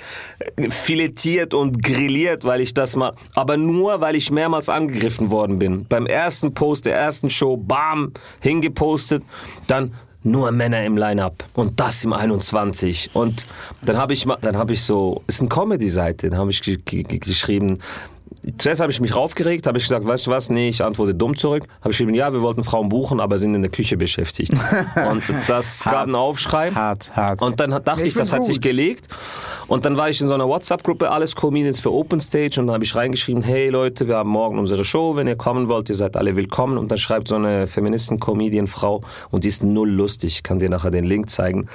A: äh, filetiert und grilliert, weil ich das mal. Aber nur, weil ich mehrmals angegriffen worden bin. Beim ersten Post der ersten Show, bam, hingepostet. Dann nur Männer im Line-Up. Und das im 21. Und dann habe ich mal, dann habe ich so, ist eine Comedy-Seite, dann habe ich ge- ge- ge- geschrieben, Zuerst habe ich mich raufgeregt, habe ich gesagt, weißt du was, nee, ich antworte dumm zurück. Habe ich geschrieben, ja, wir wollten Frauen buchen, aber sind in der Küche beschäftigt. Und das gab einen Aufschrei.
C: Hart, hart.
A: Und dann hat- dachte
B: Ich
A: ich, das
B: find's
A: hat sich
B: gut.
A: gelegt. Und dann war ich in so einer WhatsApp-Gruppe, alles Comedians für Open Stage. Und dann habe ich reingeschrieben, hey Leute, wir haben morgen unsere Show. Wenn ihr kommen wollt, ihr seid alle willkommen. Und dann schreibt so eine Feministen-Comedian-Frau, und die ist null lustig, ich kann dir nachher den Link zeigen.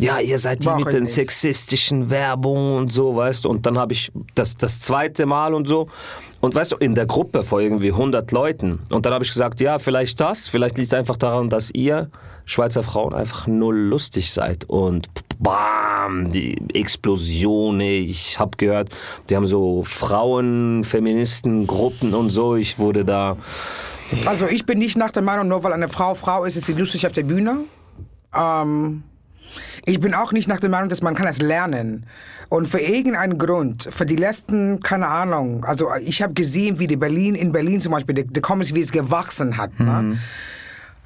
A: Ja, ihr seid hier
B: Mach
A: mit
B: ich
A: den
B: nicht.
A: sexistischen Werbungen und so, weißt du. Und dann habe ich das, das zweite Mal und so. Und weißt du, in der Gruppe vor irgendwie 100 Leuten. Und dann habe ich gesagt, ja, vielleicht das. Vielleicht liegt es einfach daran, dass ihr Schweizer Frauen einfach null lustig seid. Und bam, die Explosion. ey. Ich habe gehört, die haben so Frauen, Feministen, Gruppen und so. Ich wurde da...
B: Also ich bin nicht nach der Meinung, nur weil eine Frau Frau ist, ist sie lustig auf der Bühne. Ähm, ich bin auch nicht nach der Meinung, dass man kann das lernen. Und für irgendeinen Grund, für die letzten, keine Ahnung, also ich habe gesehen, wie die Berlin, in Berlin zum Beispiel, die, die Comics, wie es gewachsen hat. Ne?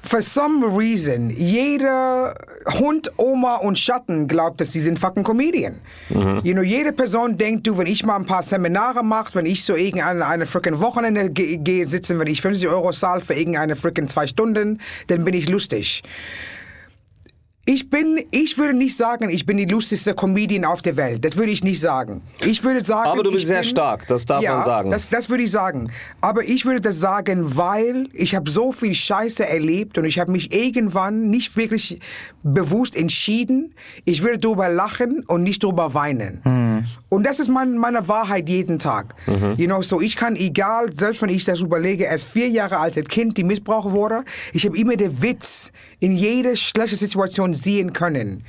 B: For some reason, jeder Hund, Oma und Schatten glaubt, dass die sind fucking Comedian.
A: Mhm.
B: You know, jede Person denkt, du, wenn ich mal ein paar Seminare mache, wenn ich so irgendeine eine freaking Wochenende ge- gehe, sitzen, wenn ich 50 Euro zahle für irgendeine freaking zwei Stunden, dann bin ich lustig. Ich bin, ich würde nicht sagen, ich bin die lustigste Comedian auf der Welt. Das würde ich nicht sagen. Ich würde sagen,
A: Aber du bist
B: ich
A: sehr
B: bin,
A: stark, das darf
B: ja,
A: man sagen.
B: Das, das würde ich sagen. Aber ich würde das sagen, weil ich habe so viel Scheiße erlebt und ich habe mich irgendwann nicht wirklich bewusst entschieden, ich würde drüber lachen und nicht drüber weinen. Und das ist mein, meine Wahrheit jeden Tag. You know, so ich kann egal, selbst wenn ich das überlege, als vier Jahre altes Kind, die missbraucht wurde, ich habe immer den Witz in jeder schlechten Situation sehen können.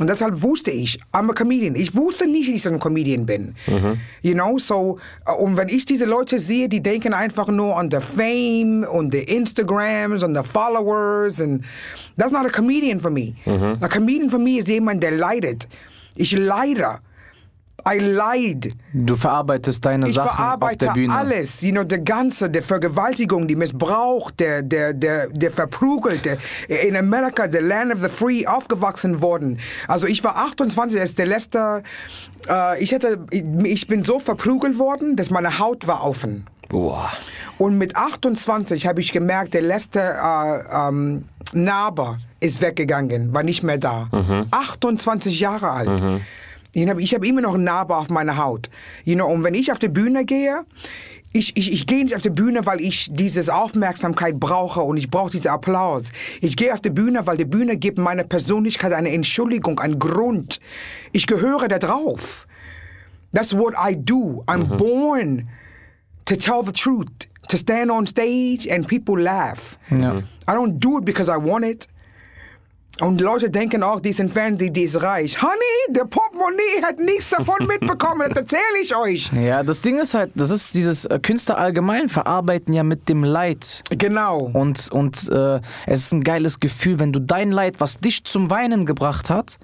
B: Und deshalb wusste ich, I'm a comedian. Ich wusste nicht, dass ich ein Comedian bin. You know, so, äh, und wenn ich diese Leute sehe, die denken einfach nur an the fame und the Instagrams und the followers and that's not a comedian for me. A comedian for me ist jemand, der leidet. Ich leide I lied.
C: Du verarbeitest deine
B: Ich
C: Sachen auf
B: verarbeite
C: der Bühne.
B: alles, you know, der ganze, der Vergewaltigung, die Missbrauch, der, der, der, der Verprügelte. In Amerika, the land of the free, aufgewachsen worden. Also ich war 28, das ist der letzte, äh, ich hätte, ich bin so verprügelt worden, dass meine Haut war offen.
A: Boah.
B: Und mit 28 habe ich gemerkt, der letzte äh, ähm, Narbe ist weggegangen, war nicht mehr da. 28 Jahre alt. Ich habe ich hab immer noch einen Narbe auf meiner Haut. You know, und wenn ich auf die Bühne gehe, ich, ich, ich gehe nicht auf die Bühne, weil ich diese Aufmerksamkeit brauche und ich brauche diesen Applaus. Ich gehe auf die Bühne, weil die Bühne gibt meiner Persönlichkeit eine Entschuldigung, einen Grund. Ich gehöre da drauf. That's what I do. I'm born to tell the truth, to stand on stage and people laugh.
C: Ja.
B: I don't do it because I want it. Und Leute denken auch, die sind Fernseh, die ist reich. Honey, der Portemonnaie hat nichts davon mitbekommen, das erzähle ich euch.
C: ja, das Ding ist halt, das ist dieses äh, Künstler allgemein verarbeiten ja mit dem Leid.
B: Genau.
C: Und, und äh, es ist ein geiles Gefühl, wenn du dein Leid, was dich zum Weinen gebracht hat,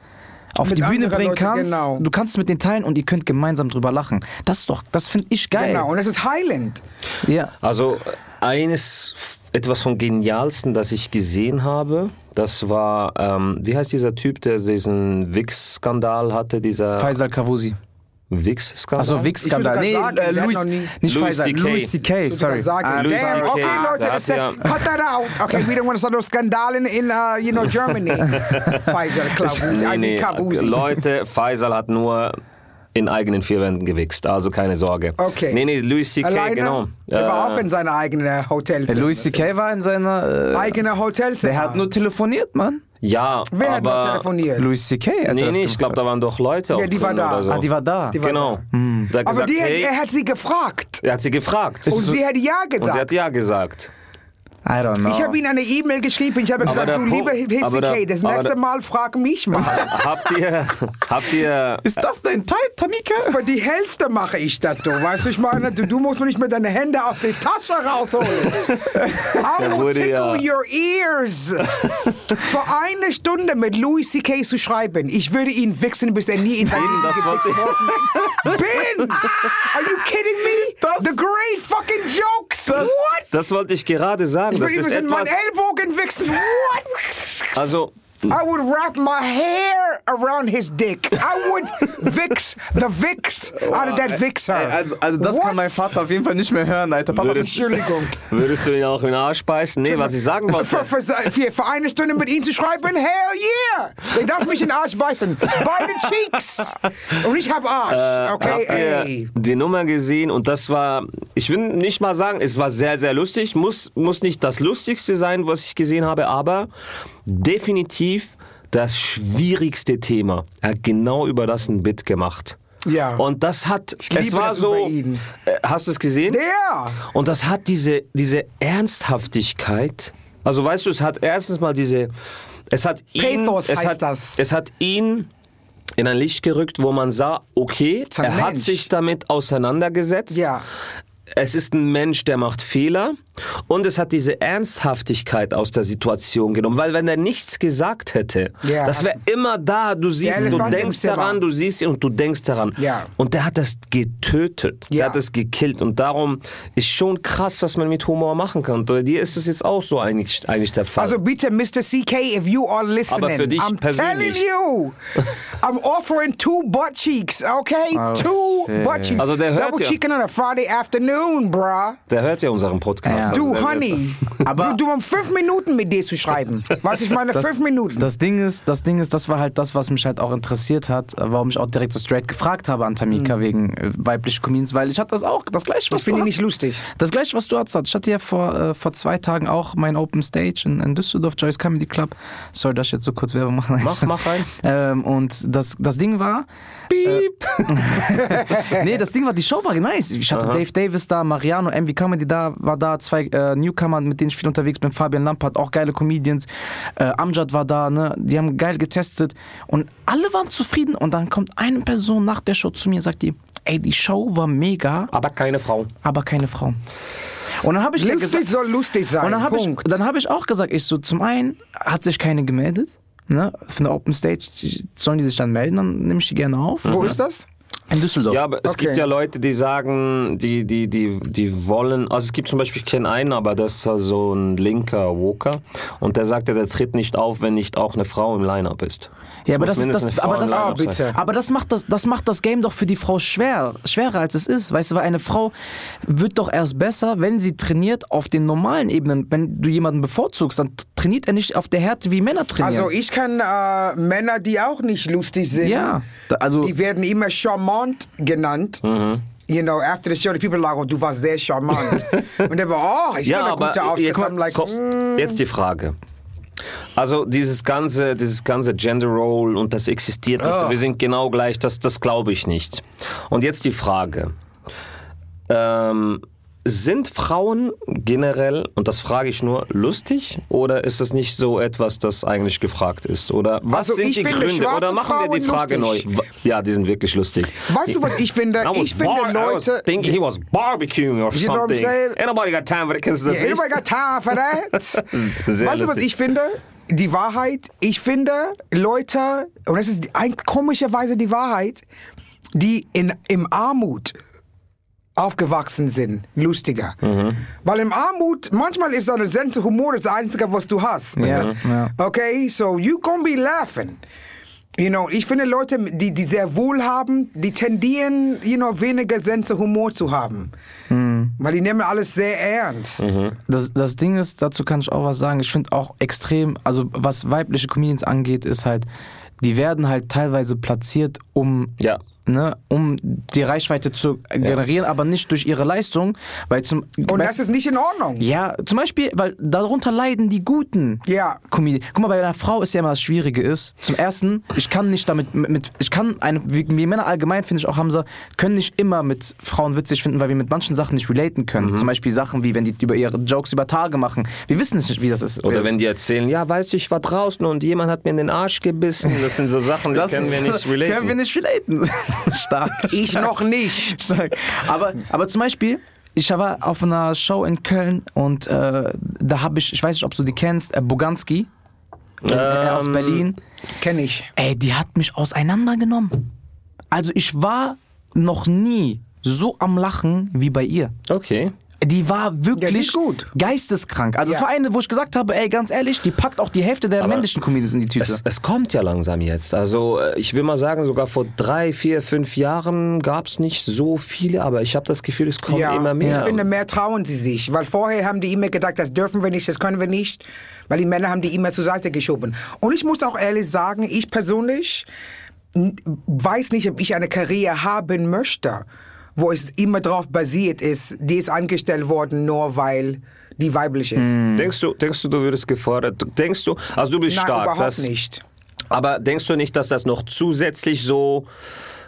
C: auf
B: Mit
C: die Bühne
B: anderen
C: bringen
B: Leuten,
C: kannst.
B: genau.
C: Du kannst es mit den teilen und ihr könnt gemeinsam drüber lachen. Das ist doch, das finde ich geil.
B: Genau, und es ist heilend.
C: Ja.
A: Also eines, f- etwas vom Genialsten, das ich gesehen habe, das war, ähm, wie heißt dieser Typ, der diesen Wix-Skandal hatte, dieser
C: Faisal Kawusi.
A: Wix-Skandal?
C: Also Wix-Skandal.
B: Ich
C: Nee,
B: würde sogar sagen,
C: äh,
B: der hat
C: Louis,
B: noch nie-
C: nicht
A: Louis
C: Faisal,
A: CK.
C: Louis C.K.,
B: Ich würde
C: sorry.
B: Sagen,
A: Ah, Louis
B: er, damn,
A: CK.
B: okay, Leute,
A: Da
B: das
A: hat
B: ist,
A: er-
B: cut that out. Okay, we don't want to start those Skandalen in, uh, you know, Germany. Pfizer, Klavusi, I mean Kavusi.
A: Leute, Faisal hat nur in eigenen vier Wänden gewichst, also keine Sorge.
B: Okay.
A: Nee, nee, Louis C.K.,
B: Alleine,
A: genau.
B: der war
A: Äh,
B: auch in seiner eigenen Hotelzimmer.
C: Äh, Louis C.K. war in seiner. Äh,
B: Eigene Hotelzimmer.
C: der hat nur telefoniert, Mann.
A: ja,
B: Wer hat
A: aber...
B: noch telefoniert?
C: Louis C.K. als er
A: Nee,
C: das
A: nee, ich
C: gemacht
A: glaube,
C: hat.
A: da waren doch Leute
B: Ja,
A: auch
B: die war
A: drin
B: da.
A: Oder so.
C: Ah, die war da.
B: Die war-
A: Genau. Der hat
B: Aber
A: gesagt,
B: die, hat-
A: hey,
B: er hat sie gefragt.
A: er hat sie gefragt.
B: Und sie hat ja
A: Und
B: gesagt.
A: sie hat ja gesagt.
C: I don't know.
B: Ich habe ihm eine E-Mail geschrieben. Ich habe gesagt,
A: der
B: du
A: Punkt-
B: lieber
A: aber der-
B: HCK, das
A: aber
B: nächste
A: der-
B: Mal frag mich mal.
A: habt ihr, habt ihr,
C: ist das dein Type, Tamika?
B: Für die Hälfte mache ich das, du. Weißt du, ich meine, du, du musst nicht mehr deine Hände aus der Tasche rausholen. I
A: Der
B: will
A: wurde
B: tickle
A: ja-
B: your ears. Für eine Stunde mit Louis C.K. zu schreiben, ich würde ihn wichsen, bis er nie in sein
A: Eben,
B: Leben
A: das wollte
B: gewichst
A: ich-
B: worden ist. Ben, are you kidding me?
C: Das-
B: The great fucking jokes. What?
A: das wollte ich gerade sagen.
B: ich
A: Das
B: würde ihm
A: ist
B: bis in meinen
A: etwas,
B: Ellbogen wichsen. What?
A: also,
B: I would wrap my hair around his dick. I would vix the vix out of that vixer.
C: Ey, also, also das
B: What?
C: kann mein Vater auf jeden Fall nicht mehr hören, Alter. Papa,
A: Würdest-
B: Entschuldigung.
A: würdest du ihn auch in den Arsch beißen? Nee, was ich sagen wollte.
B: Für, für, für, für eine Stunde mit ihm zu schreiben, hell yeah! Ihr darf mich in den Arsch beißen. Beide Cheeks! Und ich hab
A: Uh,
B: Arsch, okay?
A: äh, Habt ihr
B: ey.
A: die Nummer gesehen und das war, ich will nicht mal sagen, es war sehr, sehr lustig. Muss, muss nicht das Lustigste sein, was ich gesehen habe, aber definitiv das schwierigste Thema. Er hat genau über das ein Bit gemacht.
B: Ja.
A: Und das hat, es
B: liebe
A: war
B: das
A: so,
B: über ihn.
A: Äh, hast du es gesehen?
B: Der!
A: Und das hat diese, diese Ernsthaftigkeit. Also weißt du, es hat erstens mal diese. Es hat ihn,
B: Pathos
A: es
B: heißt
A: hat,
B: das.
A: Es hat ihn in ein Licht gerückt, wo man sah, okay,
B: ein
A: er hat
B: Mensch.
A: sich damit auseinandergesetzt.
B: Ja.
A: Es ist ein Mensch, der macht Fehler. Und es hat diese Ernsthaftigkeit aus der Situation genommen. Weil wenn er nichts gesagt hätte,
B: Ja.
A: das wäre immer da. Du siehst, du
B: Elefant im
A: denkst
B: Zimmer.
A: daran, du siehst ihn und du denkst daran.
B: Ja.
A: Und der hat das getötet.
B: Ja.
A: Der hat das gekillt. Und darum ist schon krass, was man mit Humor machen kann. Und Bei dir ist es jetzt auch so eigentlich, eigentlich der Fall.
B: Also bitte, Mr. CK, if you are listening,
A: Aber für dich
B: I'm telling
A: persönlich.
B: you, I'm offering two butt cheeks, okay?
C: Oh,
B: two
C: shit.
B: butt cheeks.
A: Also der hört
B: Double
A: ja.
B: chicken on a Friday afternoon, bruh.
A: der hört ja unseren Podcast.
C: Ja.
A: Also
B: Du,
A: der-
B: Honey,
C: Aber-
B: du, du hast fünf Minuten mit dir zu schreiben. Was ich meine, fünf Minuten.
C: Das Ding ist, das Ding ist, das war halt das, was mich halt auch interessiert hat, warum ich auch direkt so straight gefragt habe an Tamika wegen äh, weiblichen Comedians, weil ich hatte das auch, das gleiche,
B: Mhm.
C: was
B: ich finde ihn
C: du
B: nicht lustig.
C: Das gleiche, was du hast. Ich hatte ja vor, äh, vor zwei Tagen auch mein Open Stage in, in Düsseldorf, Joyce Comedy Club. Sorry, dass ich jetzt so kurz Werbung mache.
A: Mach, mach rein.
C: Ähm, und das, das Ding war. Äh, nee, das Ding war, die Show war nice. Ich hatte Dave Davis da, Mariano, MV Comedy da, war da, zwei äh, Newcomer, mit denen ich viel unterwegs bin, Fabian Lampert, auch geile Comedians. Äh, Amjad war da, ne? Die haben geil getestet und alle waren zufrieden. Und dann kommt eine Person nach der Show zu mir und sagt die, ey, die Show war mega,
A: Aber keine Frau.
C: aber keine Frau. Und dann habe ich ihr gesagt,
B: Lustig soll lustig sein.
C: und dann habe ich,
B: Punkt.
C: dann hab ich auch gesagt, ich so, zum einen hat sich keine gemeldet, ne, von der Open Stage, die- sollen die sich dann melden, dann nehme ich die gerne auf.
B: Wo ist das?
C: In Düsseldorf.
A: Ja, aber es
B: Okay.
A: gibt ja Leute, die sagen, die, die, die, die wollen. Also es gibt zum Beispiel, ich kenne einen, aber das ist halt so ein linker Woker. Und der sagte, der tritt nicht auf, wenn nicht auch eine Frau im Line-Up ist.
C: Ja, aber
A: Es
C: das
A: muss
C: ist das,
A: mindestens eine
C: aber
A: Frau im
C: das,
B: Ah,
A: Line-Up sein.
B: bitte.
C: aber das macht das, das macht das Game doch für die Frau schwer, schwerer als es ist, weißt du, weil eine Frau wird doch erst besser, wenn sie trainiert auf den normalen Ebenen. Wenn du jemanden bevorzugst, dann trainiert er nicht auf der Härte, wie Männer trainieren.
B: Also ich kann äh, Männer, die auch nicht lustig sind,
C: ja, Da- also
B: die werden immer charmant genannt.
A: Mhm.
B: You know, after the show, the people are like, oh, du warst sehr charmant. Und der war, oh, ich
A: Ja,
B: hatte
A: aber
B: gute Auftritte.
A: jetzt,
B: I'm like,
A: ko-
B: mm,
A: jetzt die Frage. Also dieses ganze, dieses ganze Gender Role und das existiert
B: Ah.
A: nicht. Wir sind genau gleich, das, das glaube ich nicht. Und jetzt die Frage. Ähm, sind Frauen generell, und das frage ich nur, lustig oder ist es nicht so etwas, das eigentlich gefragt ist? Oder was
B: Also ich
A: sind die
B: finde
A: Gründe?
B: schwarze
A: Oder machen wir die
B: Frauen
A: Frage
B: lustig.
A: neu? Wa- Ja, die sind wirklich lustig.
B: Weißt du, was ich finde?
A: I was
B: Ich finde
A: bar- I
B: Leute...
A: was thinking he was barbecuing or
B: You know what I'm
A: something.
B: saying?
A: Ain't nobody got time for that. Kennst du das
B: Yeah,
A: nicht?
B: anybody got time for that?
A: Sehr
B: weißt du, was
A: lustig.
B: ich finde? Die Wahrheit. Ich finde, Leute, und das ist ein, komischerweise die Wahrheit, die in, im Armut aufgewachsen sind, lustiger.
A: Mhm.
B: Weil im Armut, manchmal ist so eine Sense Humor das Einzige, was du hast. Ne?
C: Ja, ja.
B: Okay, so you gonna be laughing. You know, ich finde Leute, die, die sehr wohlhabend, die tendieren, you know, weniger Sense Humor zu haben. Weil die nehmen alles sehr ernst.
C: das, das Ding ist, dazu kann ich auch was sagen. Ich finde auch extrem, also was weibliche Comedians angeht, ist halt, die werden halt teilweise platziert, um
A: Ja.
C: ne, um die Reichweite zu generieren, aber nicht durch ihre Leistung, weil zum
B: Und
C: weißt-
B: das ist nicht in Ordnung.
C: Ja, zum Beispiel, weil darunter leiden die guten
B: Ja.
C: Comedians. Guck mal, bei einer Frau ist ja immer das Schwierige ist. Zum ersten, ich kann nicht damit mit- mit, ich kann eine, wie wie Männer allgemein finde ich auch Hamza können nicht immer mit Frauen witzig finden, weil wir mit manchen Sachen nicht relaten können.
A: Mhm.
C: Zum Beispiel Sachen wie wenn die über ihre Jokes über Tage machen. Wir wissen nicht, wie das ist.
A: Oder
C: Wir-
A: wenn die erzählen, ja, weißt du, ich war draußen und jemand hat mir in den Arsch gebissen. Das sind so Sachen, die
C: das
A: können wir
C: ist-
A: nicht relaten.
C: Können wir nicht relaten. Stark.
B: Ich noch nicht.
C: Stark. Aber, aber zum Beispiel, ich war auf einer Show in Köln und äh, da habe ich, ich weiß nicht, ob du die kennst, äh, Boganski äh, aus
A: Ähm,
C: Berlin.
B: Kenne ich.
C: Ey, die hat mich auseinandergenommen. Also ich war noch nie so am Lachen wie bei ihr.
A: Okay.
C: Die war
B: Ja, die
C: wirklich
B: ist gut.
C: geisteskrank. Also es
B: Ja.
C: war eine, wo ich gesagt habe, ey, ganz ehrlich, die packt auch die Hälfte der männlichen Comedians in die Tüte.
A: Es, es kommt ja langsam jetzt. Also äh, ich will mal sagen, sogar vor drei, vier, fünf Jahren gab es nicht so viele, aber ich habe das Gefühl, es kommen
B: Ja,
A: immer mehr.
B: ich finde, mehr trauen sie sich. Weil vorher haben die immer gedacht, das dürfen wir nicht, das können wir nicht. Weil die Männer haben die immer zur Seite geschoben. Und ich muss auch ehrlich sagen, ich persönlich n- weiß nicht, ob ich eine Karriere haben möchte, wo es immer darauf basiert ist, die ist angestellt worden, nur weil die weiblich ist.
A: denkst, du, denkst du, du würdest gefordert? Du- Denkst du, also du bist
B: Nein,
A: stark.
B: überhaupt
A: das,
B: nicht.
A: Aber denkst du nicht, dass das noch zusätzlich so,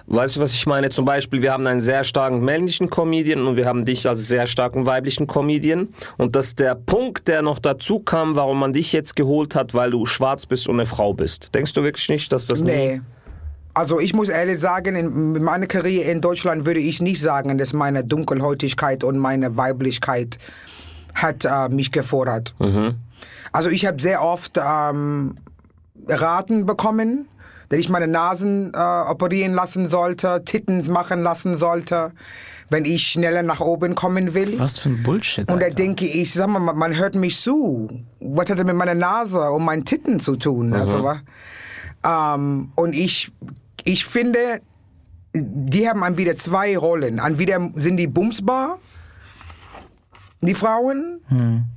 A: weißt du, was ich meine? Zum Beispiel, wir haben einen sehr starken männlichen Comedian und wir haben dich als sehr starken weiblichen Comedian. Und dass der Punkt, der noch dazu kam, warum man dich jetzt geholt hat, weil du schwarz bist und eine Frau bist. Denkst du wirklich nicht, dass das nie-
B: Nee. Also ich muss ehrlich sagen, in meiner Karriere in Deutschland würde ich nicht sagen, dass meine Dunkelhäutigkeit und meine Weiblichkeit hat äh, mich gefordert.
A: Mhm.
B: Also ich habe sehr oft ähm, Raten bekommen, dass ich meine Nasen äh, operieren lassen sollte, Tittens machen lassen sollte, wenn ich schneller nach oben kommen will.
C: Was für ein Bullshit.
B: Und da
C: Alter.
B: denke ich, sag mal, man- man hört mich zu. Was hat das mit meiner Nase und meinen Titten zu tun? Also, wa? ähm, und ich, ich finde, die haben an wieder zwei Rollen. An wieder sind die bumsbar, die Frauen,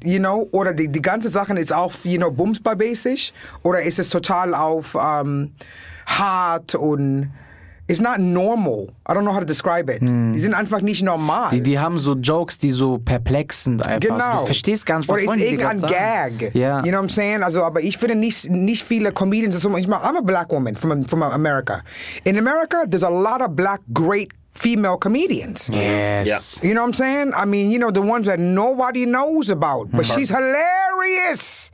B: you know, oder die, die ganze Sache ist auch, you know, bumsbar basic, oder ist es total auf ähm, hart und it's not normal. I don't know how to describe it. Die sind einfach nicht normal.
C: Die, die haben so Jokes, die so perplex sind einfach. Also,
B: Genau.
C: du verstehst gar nicht, was
B: Oder
C: wollen
B: ist
C: die dir grad
B: irgendein
C: sagen.
B: Gag.
C: Ja.
B: You know what I'm saying? Also, aber ich finde nicht, nicht viele Comedians, also ich meine, I'm a black woman from, from America. In America, there's a lot of black great female comedians.
C: Yes.
B: You know what I'm saying? I mean, you know, the ones that nobody knows about, but
C: Hmm.
B: she's hilarious.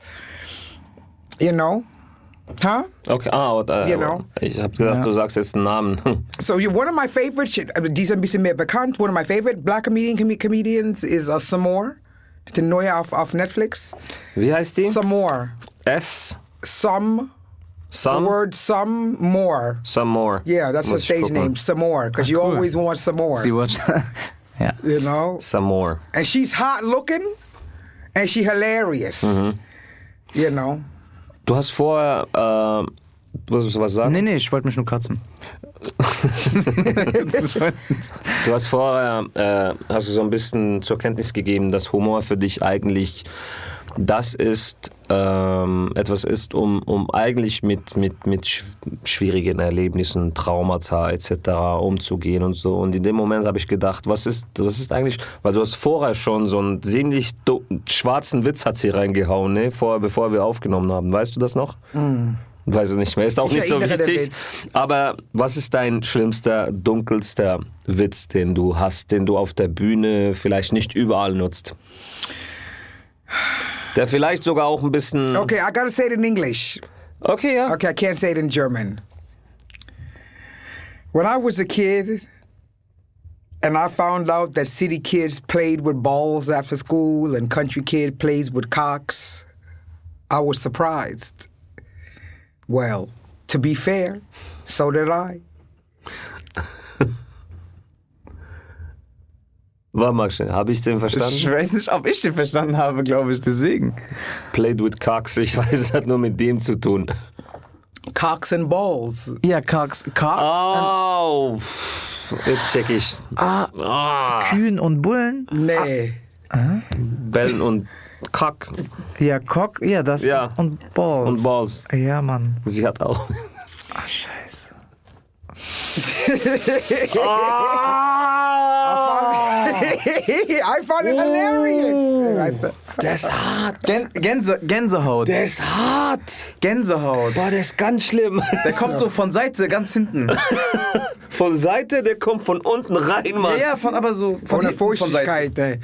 B: You know? Huh?
A: Okay, ah, äh,
B: Genau.
A: ich habe gedacht, du sagst jetzt einen Namen. Hm.
B: So you, one of my favorite, uh, shit, also die sind ein bisschen mehr bekannt, one of my favorite black comedian, com comedians is uh, Samore. Der neue auf, auf Netflix.
A: Wie heißt die?
B: Samore.
A: S.
B: Some The
A: Some,
B: word some more.
A: some more.
B: Yeah, that's
A: Muss
B: her
A: ich
B: stage
A: gucken.
B: name, some more, because you always want some more.
C: Sie wird. ja.
B: You know?
A: Some more.
B: And she's hot looking and she hilarious. You know?
A: Du hast vorher, äh, was, was sagen?
C: Nee, nee, ich wollte mich nur kratzen.
A: Du hast vorher, äh, hast du so ein bisschen zur Kenntnis gegeben, dass Humor für dich eigentlich das ist, ähm, etwas ist, um, um eigentlich mit, mit, mit sch- schwierigen Erlebnissen, Traumata etc. umzugehen und so. Und in dem Moment habe ich gedacht, was ist, was ist eigentlich, weil du hast vorher schon so einen ziemlich do- schwarzen Witz hat sie reingehauen, ne? Vorher, bevor wir aufgenommen haben. Weißt du das noch? Weiß ich nicht mehr. Ist auch
B: Ich
A: nicht so
B: erinnere den
A: wichtig.
B: Witz.
A: Aber was ist dein schlimmster, dunkelster Witz, den du hast, den du auf der Bühne vielleicht nicht überall nutzt? Der vielleicht sogar auch ein bisschen.
B: Okay, I gotta say it in English.
A: Okay, ja.
B: Okay, I can't say it in German. When I was a kid and I found out that city kids played with balls after school and country kid plays with cocks, I was surprised. Well, to be fair, so did I.
A: Warte mal schnell. Habe ich den verstanden?
C: weiß nicht, ob ich den verstanden habe, glaube ich, deswegen.
A: Played with Cocks. Ich weiß, es hat nur mit dem zu tun.
B: Cocks and balls.
C: Ja, Cox. Cox.
A: Oh. Jetzt check ich. Ah.
C: Kühen und Bullen.
B: Nee.
A: Bellen und Cock
C: Ja, Cock, ja, das.
A: Ja.
C: Und Balls.
A: und Balls.
C: Ja, Mann.
A: Sie hat auch.
C: Ach, scheiße.
B: I found it hilarious. I said-
A: Der ist hart.
C: Gän Gänse Gänsehaut.
A: Der ist hart.
C: Gänsehaut.
A: Boah, der ist ganz schlimm.
C: Der kommt so von Seite, ganz hinten.
A: Von Seite, der kommt von unten rein, Mann.
C: Ja, ja, von, aber so. Von
B: Ohne
C: hinten, von Seite.
B: Furchtigkeit. ey.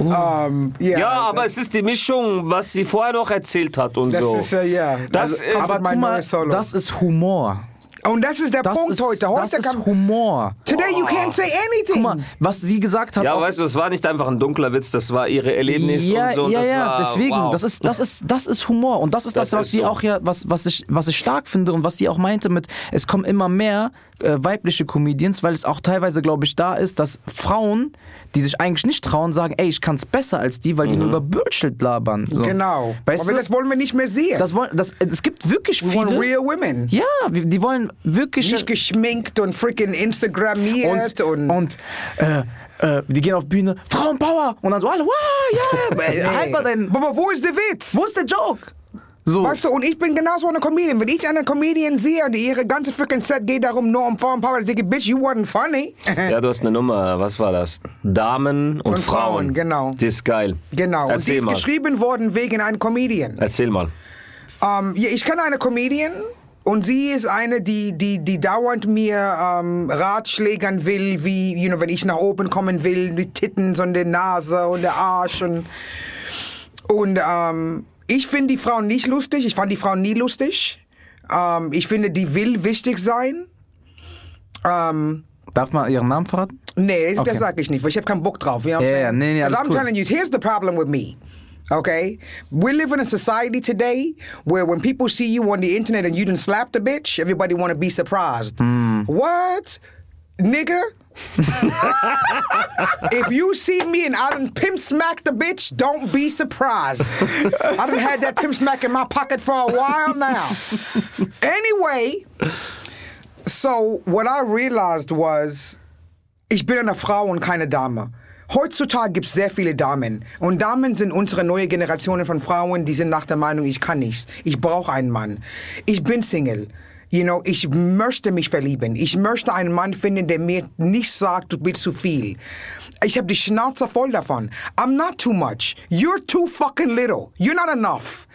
B: Ähm, ja,
A: Ja, aber es ist die Mischung, was sie vorher noch erzählt hat und
B: das
A: so.
B: ist äh, ja.
A: Das
B: Also,
A: ist-
C: Aber
B: mein
C: guck mal,
B: neues Solo.
C: das ist Humor.
B: Und das ist der
C: Das
B: Punkt
C: ist,
B: heute.
C: das
B: Heute
C: ist
B: kann,
C: Humor.
B: today you can't say anything.
C: Guck mal, was sie gesagt hat.
A: ja,
C: auf-
A: weißt du, das war nicht einfach ein dunkler Witz, das war ihre Erlebnis
C: ja,
A: und so. und
C: ja,
A: das
C: ja,
A: war,
C: deswegen,
A: wow.
C: das ist, das ist, das ist Humor und das ist das,
A: Das
C: was
A: ist
C: sie
A: so.
C: auch ja, was, was ich, was ich stark finde und was sie auch meinte mit, es kommen immer mehr äh, weibliche Comedians, weil es auch teilweise, glaube ich, da ist, dass Frauen, die sich eigentlich nicht trauen, sagen, ey, ich kann es besser als die, weil die
A: Mhm.
C: nur über Bullshit labern. So.
B: Genau.
C: Weißt
B: aber
C: du,
B: das wollen wir nicht mehr sehen.
C: das wollen, das, es gibt wirklich
B: We want
C: viele.
B: real women.
C: ja, wir- die wollen wirklich.
B: Nicht geschminkt und freaking Instagrammiert
C: und,
B: und,
C: und, äh, äh, die gehen auf Bühne, Frauenpower! Und dann so alle, wow, ja,
B: Nee.
C: yeah. halt mal deinen
B: Äh, Aber wo ist der Witz?
C: Wo ist der Joke? So.
B: Weißt du, und ich bin genauso eine Comedian. Wenn ich eine Comedian sehe und ihre ganze freaking Set geht darum, nur um Frauenpower, dann denke ich, bitch, you weren't funny.
A: Ja, du hast eine Nummer, was war das? Damen und,
B: Und Frauen, genau.
A: Die ist geil.
B: Genau. und sie
A: Erzähl
B: ist
A: mal.
B: geschrieben worden wegen einem Comedian.
A: Erzähl mal.
B: Ähm, ja, ich kenne eine Comedian und sie ist eine, die, die, die dauernd mir ähm, Ratschlägern will, wie, you know, wenn ich nach oben kommen will, die Titten und die Nase und der Arsch und. Und ähm, ich finde die Frauen nicht lustig. Ich fand die Frauen nie lustig. Ähm, ich finde, die will wichtig sein. Ähm,
C: Darf man ihren Namen verraten?
B: Nee,
C: Okay.
B: das sag ich nicht, weil ich habe keinen Bock drauf. You know what I'm
C: Ja, ja,
B: saying?
C: nee, nee,
B: 'Cause
C: alles
B: I'm
C: cool.
B: telling you, here's the problem with me. Okay? We live in a society today where when people see you on the internet and you done slapped a bitch, everybody wanna be surprised.
C: Hmm.
B: What? Nigga? if you see me and I done pimp smack the bitch, don't be surprised. I done had that pimp smack in my pocket for a while now. anyway, so what I realized was ich bin eine Frau und keine Dame. Heutzutage gibt es sehr viele Damen. Und Damen sind unsere neue Generation von Frauen, die sind nach der Meinung, ich kann nichts. Ich brauche einen Mann. Ich bin Single. You know, ich möchte mich verlieben. Ich möchte einen Mann finden, der mir nicht sagt, du bist zu viel. Ich habe die Schnauze voll davon. I'm not too much. You're too fucking little. You're not enough.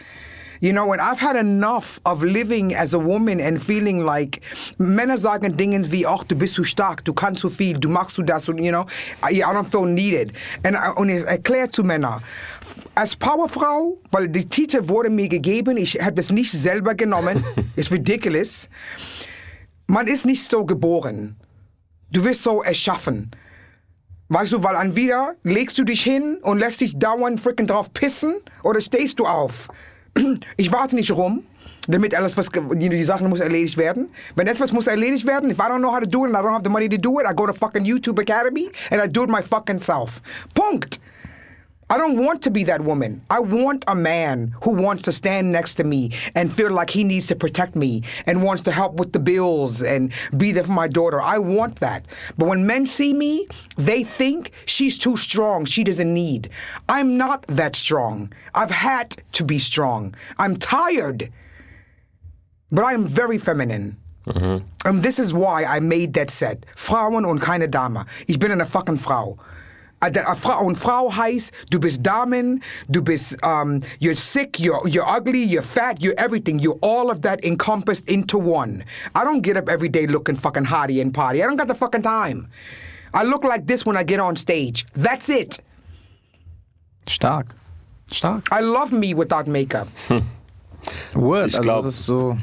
B: You know, and I've had enough of living as a woman and feeling like Männer sagen Dingens wie, ach, du bist zu stark, du kannst zu viel, du machst du das, und, you know, I, I don't feel needed. And I, und ich erkläre zu Männern, als Powerfrau, weil die Titel wurde mir gegeben, ich habe es nicht selber genommen, ist ridiculous. Man ist nicht so geboren. Du wirst so erschaffen. Weißt du, weil an wieder legst du dich hin und lässt dich dauernd freaking drauf pissen oder stehst du auf? Ich warte nicht rum, damit alles, was, ge- die, die Sachen muss erledigt werden. Wenn etwas muss erledigt werden, if I don't know how to do it and I don't have the money to do it, I go to fucking YouTube Academy and I do it my fucking self. Punkt. I don't want to be that woman. I want a man who wants to stand next to me and feel like he needs to protect me and wants to help with the bills and be there for my daughter. I want that. But when men see me, they think she's too strong. She doesn't need. I'm not that strong. I've had to be strong. I'm tired, but I'm very feminine. And Um, this is why I made that set. Frauen und keine Dame. Ich bin eine fucking Frau. Äh, da- äh, Frau und Frau heißt, du bist Damen, du bist, um, you're sick, you're, you're ugly, you're fat, you're everything. You're all of that encompassed into one. I don't get up every day looking fucking hottie and potty. I don't got the fucking time. I look like this when I get on stage. That's it.
C: Stark. Stark.
B: I love me without makeup.
C: Word,
A: Ich
C: also
A: glaub-
C: das ist so.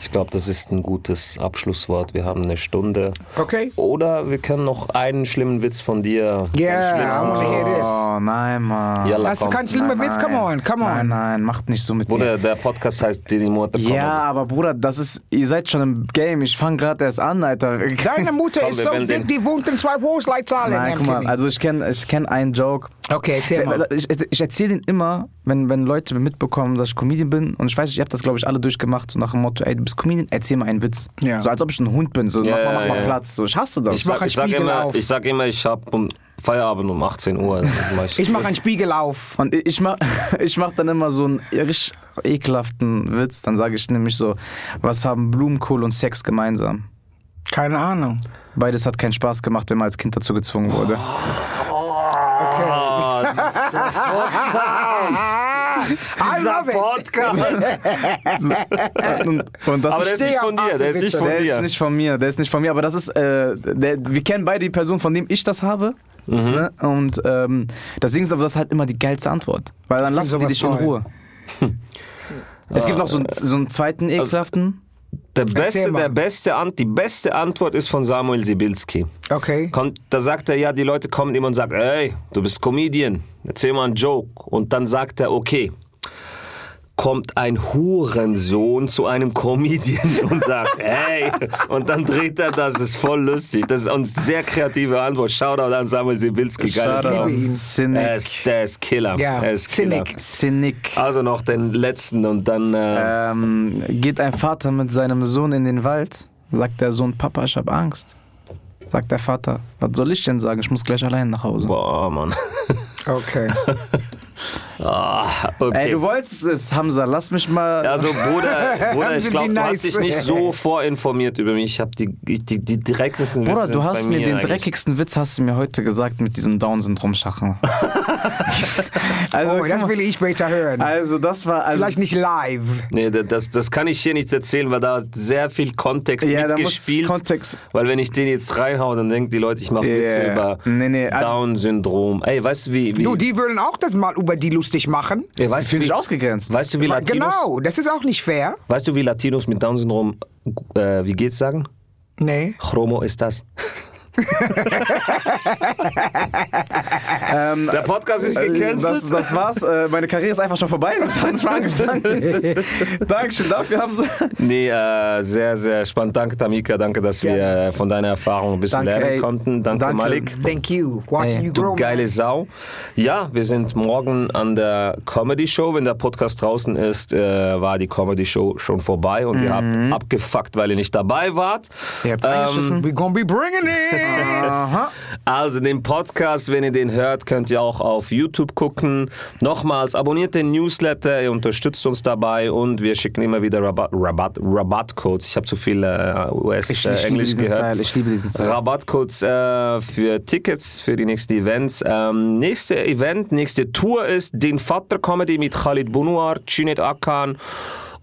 A: Ich glaube, das ist ein gutes Abschlusswort. Wir haben eine Stunde.
B: Okay.
A: Oder wir können noch einen schlimmen Witz von dir.
B: Yeah, I want to hear this.
C: Oh nein, Mann. Oh,
A: Ja,
B: Das ist kein schlimmer
C: Nein,
B: Witz. Come
C: nein.
B: on, come on.
C: Nein, nein, macht nicht so mit mir.
A: Oder der Podcast heißt Dini Mutter
C: Ja, aber Bruder, das ist, ihr seid schon im Game. Ich fange gerade erst an, Alter.
B: Deine Mutter
A: Komm,
B: ist
A: wir
B: so
A: wählen
B: dick,
A: den.
B: die wohnt in zwei Wohnsteinzahlen.
C: Nein, guck mal, also ich kenne ich kenn einen Joke.
B: okay, erzähl mal.
C: Äh, Ich, ich erzähle den immer, wenn, wenn Leute mitbekommen, dass ich Comedian bin. Und ich weiß, ich habe das, glaube ich, alle durchgemacht. So nach dem Motto, ey, du bist Comedian, erzähl mal einen Witz.
B: Ja.
C: So als ob ich ein Hund bin. So,
A: Ja,
C: mach,
A: ja,
C: mal, mach mal
A: ja.
C: Platz. So, ich hasse das.
A: Ich
B: mach
A: sag,
B: einen
A: ich sag
B: Spiegel
A: immer,
B: auf.
A: ich sag immer, ich habe um Feierabend um 18 Uhr. Also mach
B: Ich mache einen Spiegel auf.
C: Und ich- ich mach, ich mach dann immer so einen richtig ekelhaften Witz. Dann sage ich nämlich so, was haben Blumenkohl und Sex gemeinsam?
B: Keine Ahnung.
C: Beides hat keinen Spaß gemacht, wenn man als Kind dazu gezwungen wurde.
A: Ah, das ist
B: I
A: dieser
B: love it.
A: Podcast.
C: Und, und das
A: Aber der ist
C: ist,
A: nicht von dir. Der ist nicht von
C: der ist
A: dir.
C: nicht von mir, der ist nicht von mir, aber das ist, äh, der, wir kennen beide die Person, von dem ich das habe.
A: Mhm.
C: Ne? Und ähm, das Ding ist aber, das ist halt immer die geilste Antwort. Weil dann lassen die
B: sowas
C: dich in
B: toll.
C: Ruhe. Es
A: Ah,
C: gibt noch so, einen-
A: äh,
C: so einen zweiten
A: also,
C: ekelhaften.
A: Der beste,
B: mal.
A: der beste, Ant- die beste Antwort ist von Samuel Sibilski.
B: Okay.
A: Kommt, da sagt er ja, die Leute kommen ihm und sagen, ey, du bist Comedian, erzähl mal einen Joke. Und dann sagt er, okay. Kommt ein Hurensohn zu einem Comedian und sagt, ey, und dann dreht er das, das ist voll lustig. Das ist eine sehr kreative Antwort. Shoutout an Samuel Sibilski,
C: Shoutout.
A: geil.
B: liebe ihn.
A: Er
C: Cynic.
A: ist, der ist Killer.
B: Ja,
A: er ist Killer.
B: Cynic.
C: Cynic.
A: Also noch den letzten und dann. Äh,
C: Ähm, geht ein Vater mit seinem Sohn in den Wald, sagt der Sohn, Papa, ich habe Angst. Sagt der Vater, was soll ich denn sagen? Ich muss gleich allein nach Hause.
A: boah, Mann.
B: Okay.
A: Ah, okay.
C: Ey, du wolltest es, Hamza, lass mich mal.
A: Also Bruder, Bruder
B: Haben
A: ich
B: Sie
A: glaube,
B: die
A: du
B: nice?
A: hast dich nicht so vorinformiert über mich. Ich habe die, die, die direktesten Witze
C: Bruder,
A: sind
C: du hast
A: bei
C: mir den
A: eigentlich.
C: dreckigsten Witz hast du mir heute gesagt mit diesem Down-Syndrom-Schachen. also,
B: Oh,
C: guck
B: das
C: mal,
B: will ich später hören.
C: also das war also,
B: Vielleicht nicht live.
A: Nee, da- das, das kann ich hier nicht erzählen, weil da hat sehr viel Kontext
C: ja, da muss
A: mitgespielt.
C: Kontext.
A: weil wenn ich den jetzt reinhaue, dann denken die Leute, ich mache Witze
C: Yeah.
A: über
C: Nee, nee, also-
A: Down-Syndrom. Ey, weißt du wie... wie
B: Du, die würden auch das mal über die lustig machen.
A: ey, weißt, du,
C: Fühl
A: wie
C: dich ausgegrenzt.
A: weißt du, wie Latinos...
B: Genau, das ist auch nicht fair.
A: Weißt du, wie Latinos mit Down-Syndrom, äh, wie geht's sagen?
B: Nee.
A: Chromo ist das.
C: Ähm,
A: Der Podcast
C: äh,
A: ist gecancelt.
C: Das, das war's. Äh, meine Karriere ist einfach schon vorbei. Es hat schon angefangen. Dankeschön dafür, Hamza.
A: Nee, äh, sehr, sehr spannend. Danke, Tamika. Danke, dass wir äh, von deiner Erfahrung ein bisschen
C: Danke,
A: lernen
C: ey.
A: konnten. Danke,
C: Danke.
A: Malik.
B: Thank you. Watching you
A: Du
B: grow. man.
A: geile Sau. Ja, wir sind morgen an der Comedy Show. Wenn der Podcast draußen ist, äh, war die Comedy Show schon vorbei und ihr habt abgefuckt, weil ihr nicht dabei wart.
C: Mhm. Ihr habt reingeschissen.
B: We gonna be bringing it.
C: Aha.
A: Also den Podcast, wenn ihr den hört, könnt ihr auch auf YouTube gucken. Nochmals, abonniert den Newsletter, ihr unterstützt uns dabei und wir schicken immer wieder Rabatt, Rabatt, Rabattcodes. Ich habe zu viel äh,
C: Ich, ich liebe
A: US-Englisch
C: diesen
A: gehört.
C: Style. Ich liebe diesen Style.
A: Rabattcodes äh, für Tickets für die nächsten Events. Ähm, nächste Event, nächste Tour ist den Vater Comedy mit Khalid Bunouar, Cüneyt Akan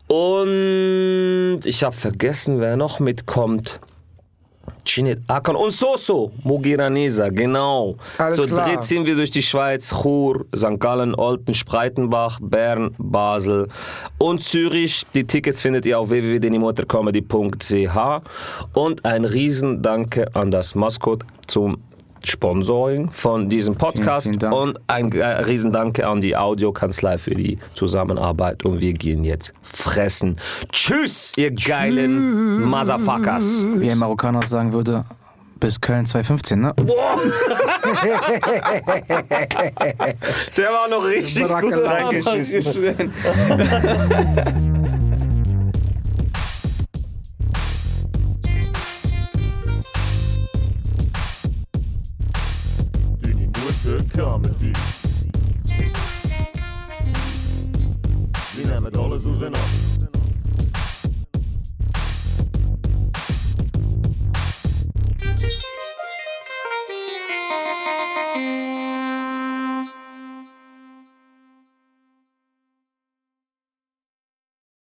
A: und ich habe vergessen, wer noch mitkommt. Cüneyt Akan und Soso Mugiranesa, genau.
B: Alles
A: so
B: klar.
A: dritt ziehen wir durch die Schweiz, Chur, St. Gallen, Olten, Spreitenbach, Bern, Basel und Zürich. Die Tickets findet ihr auf www.denimotorcomedy.ch und ein Riesendanke an das Maskott zum Sponsoring von diesem Podcast
C: Vielen, vielen Dank.
A: und ein äh, Riesendanke an die Audiokanzlei für die Zusammenarbeit und wir gehen jetzt fressen. Tschüss, ihr geilen Motherfuckers.
C: Wie ein Marokkaner sagen würde, bis Köln 2015, ne?
A: Der war noch richtig
B: Barakallah.
A: gut.
B: gut
A: Dankeschön.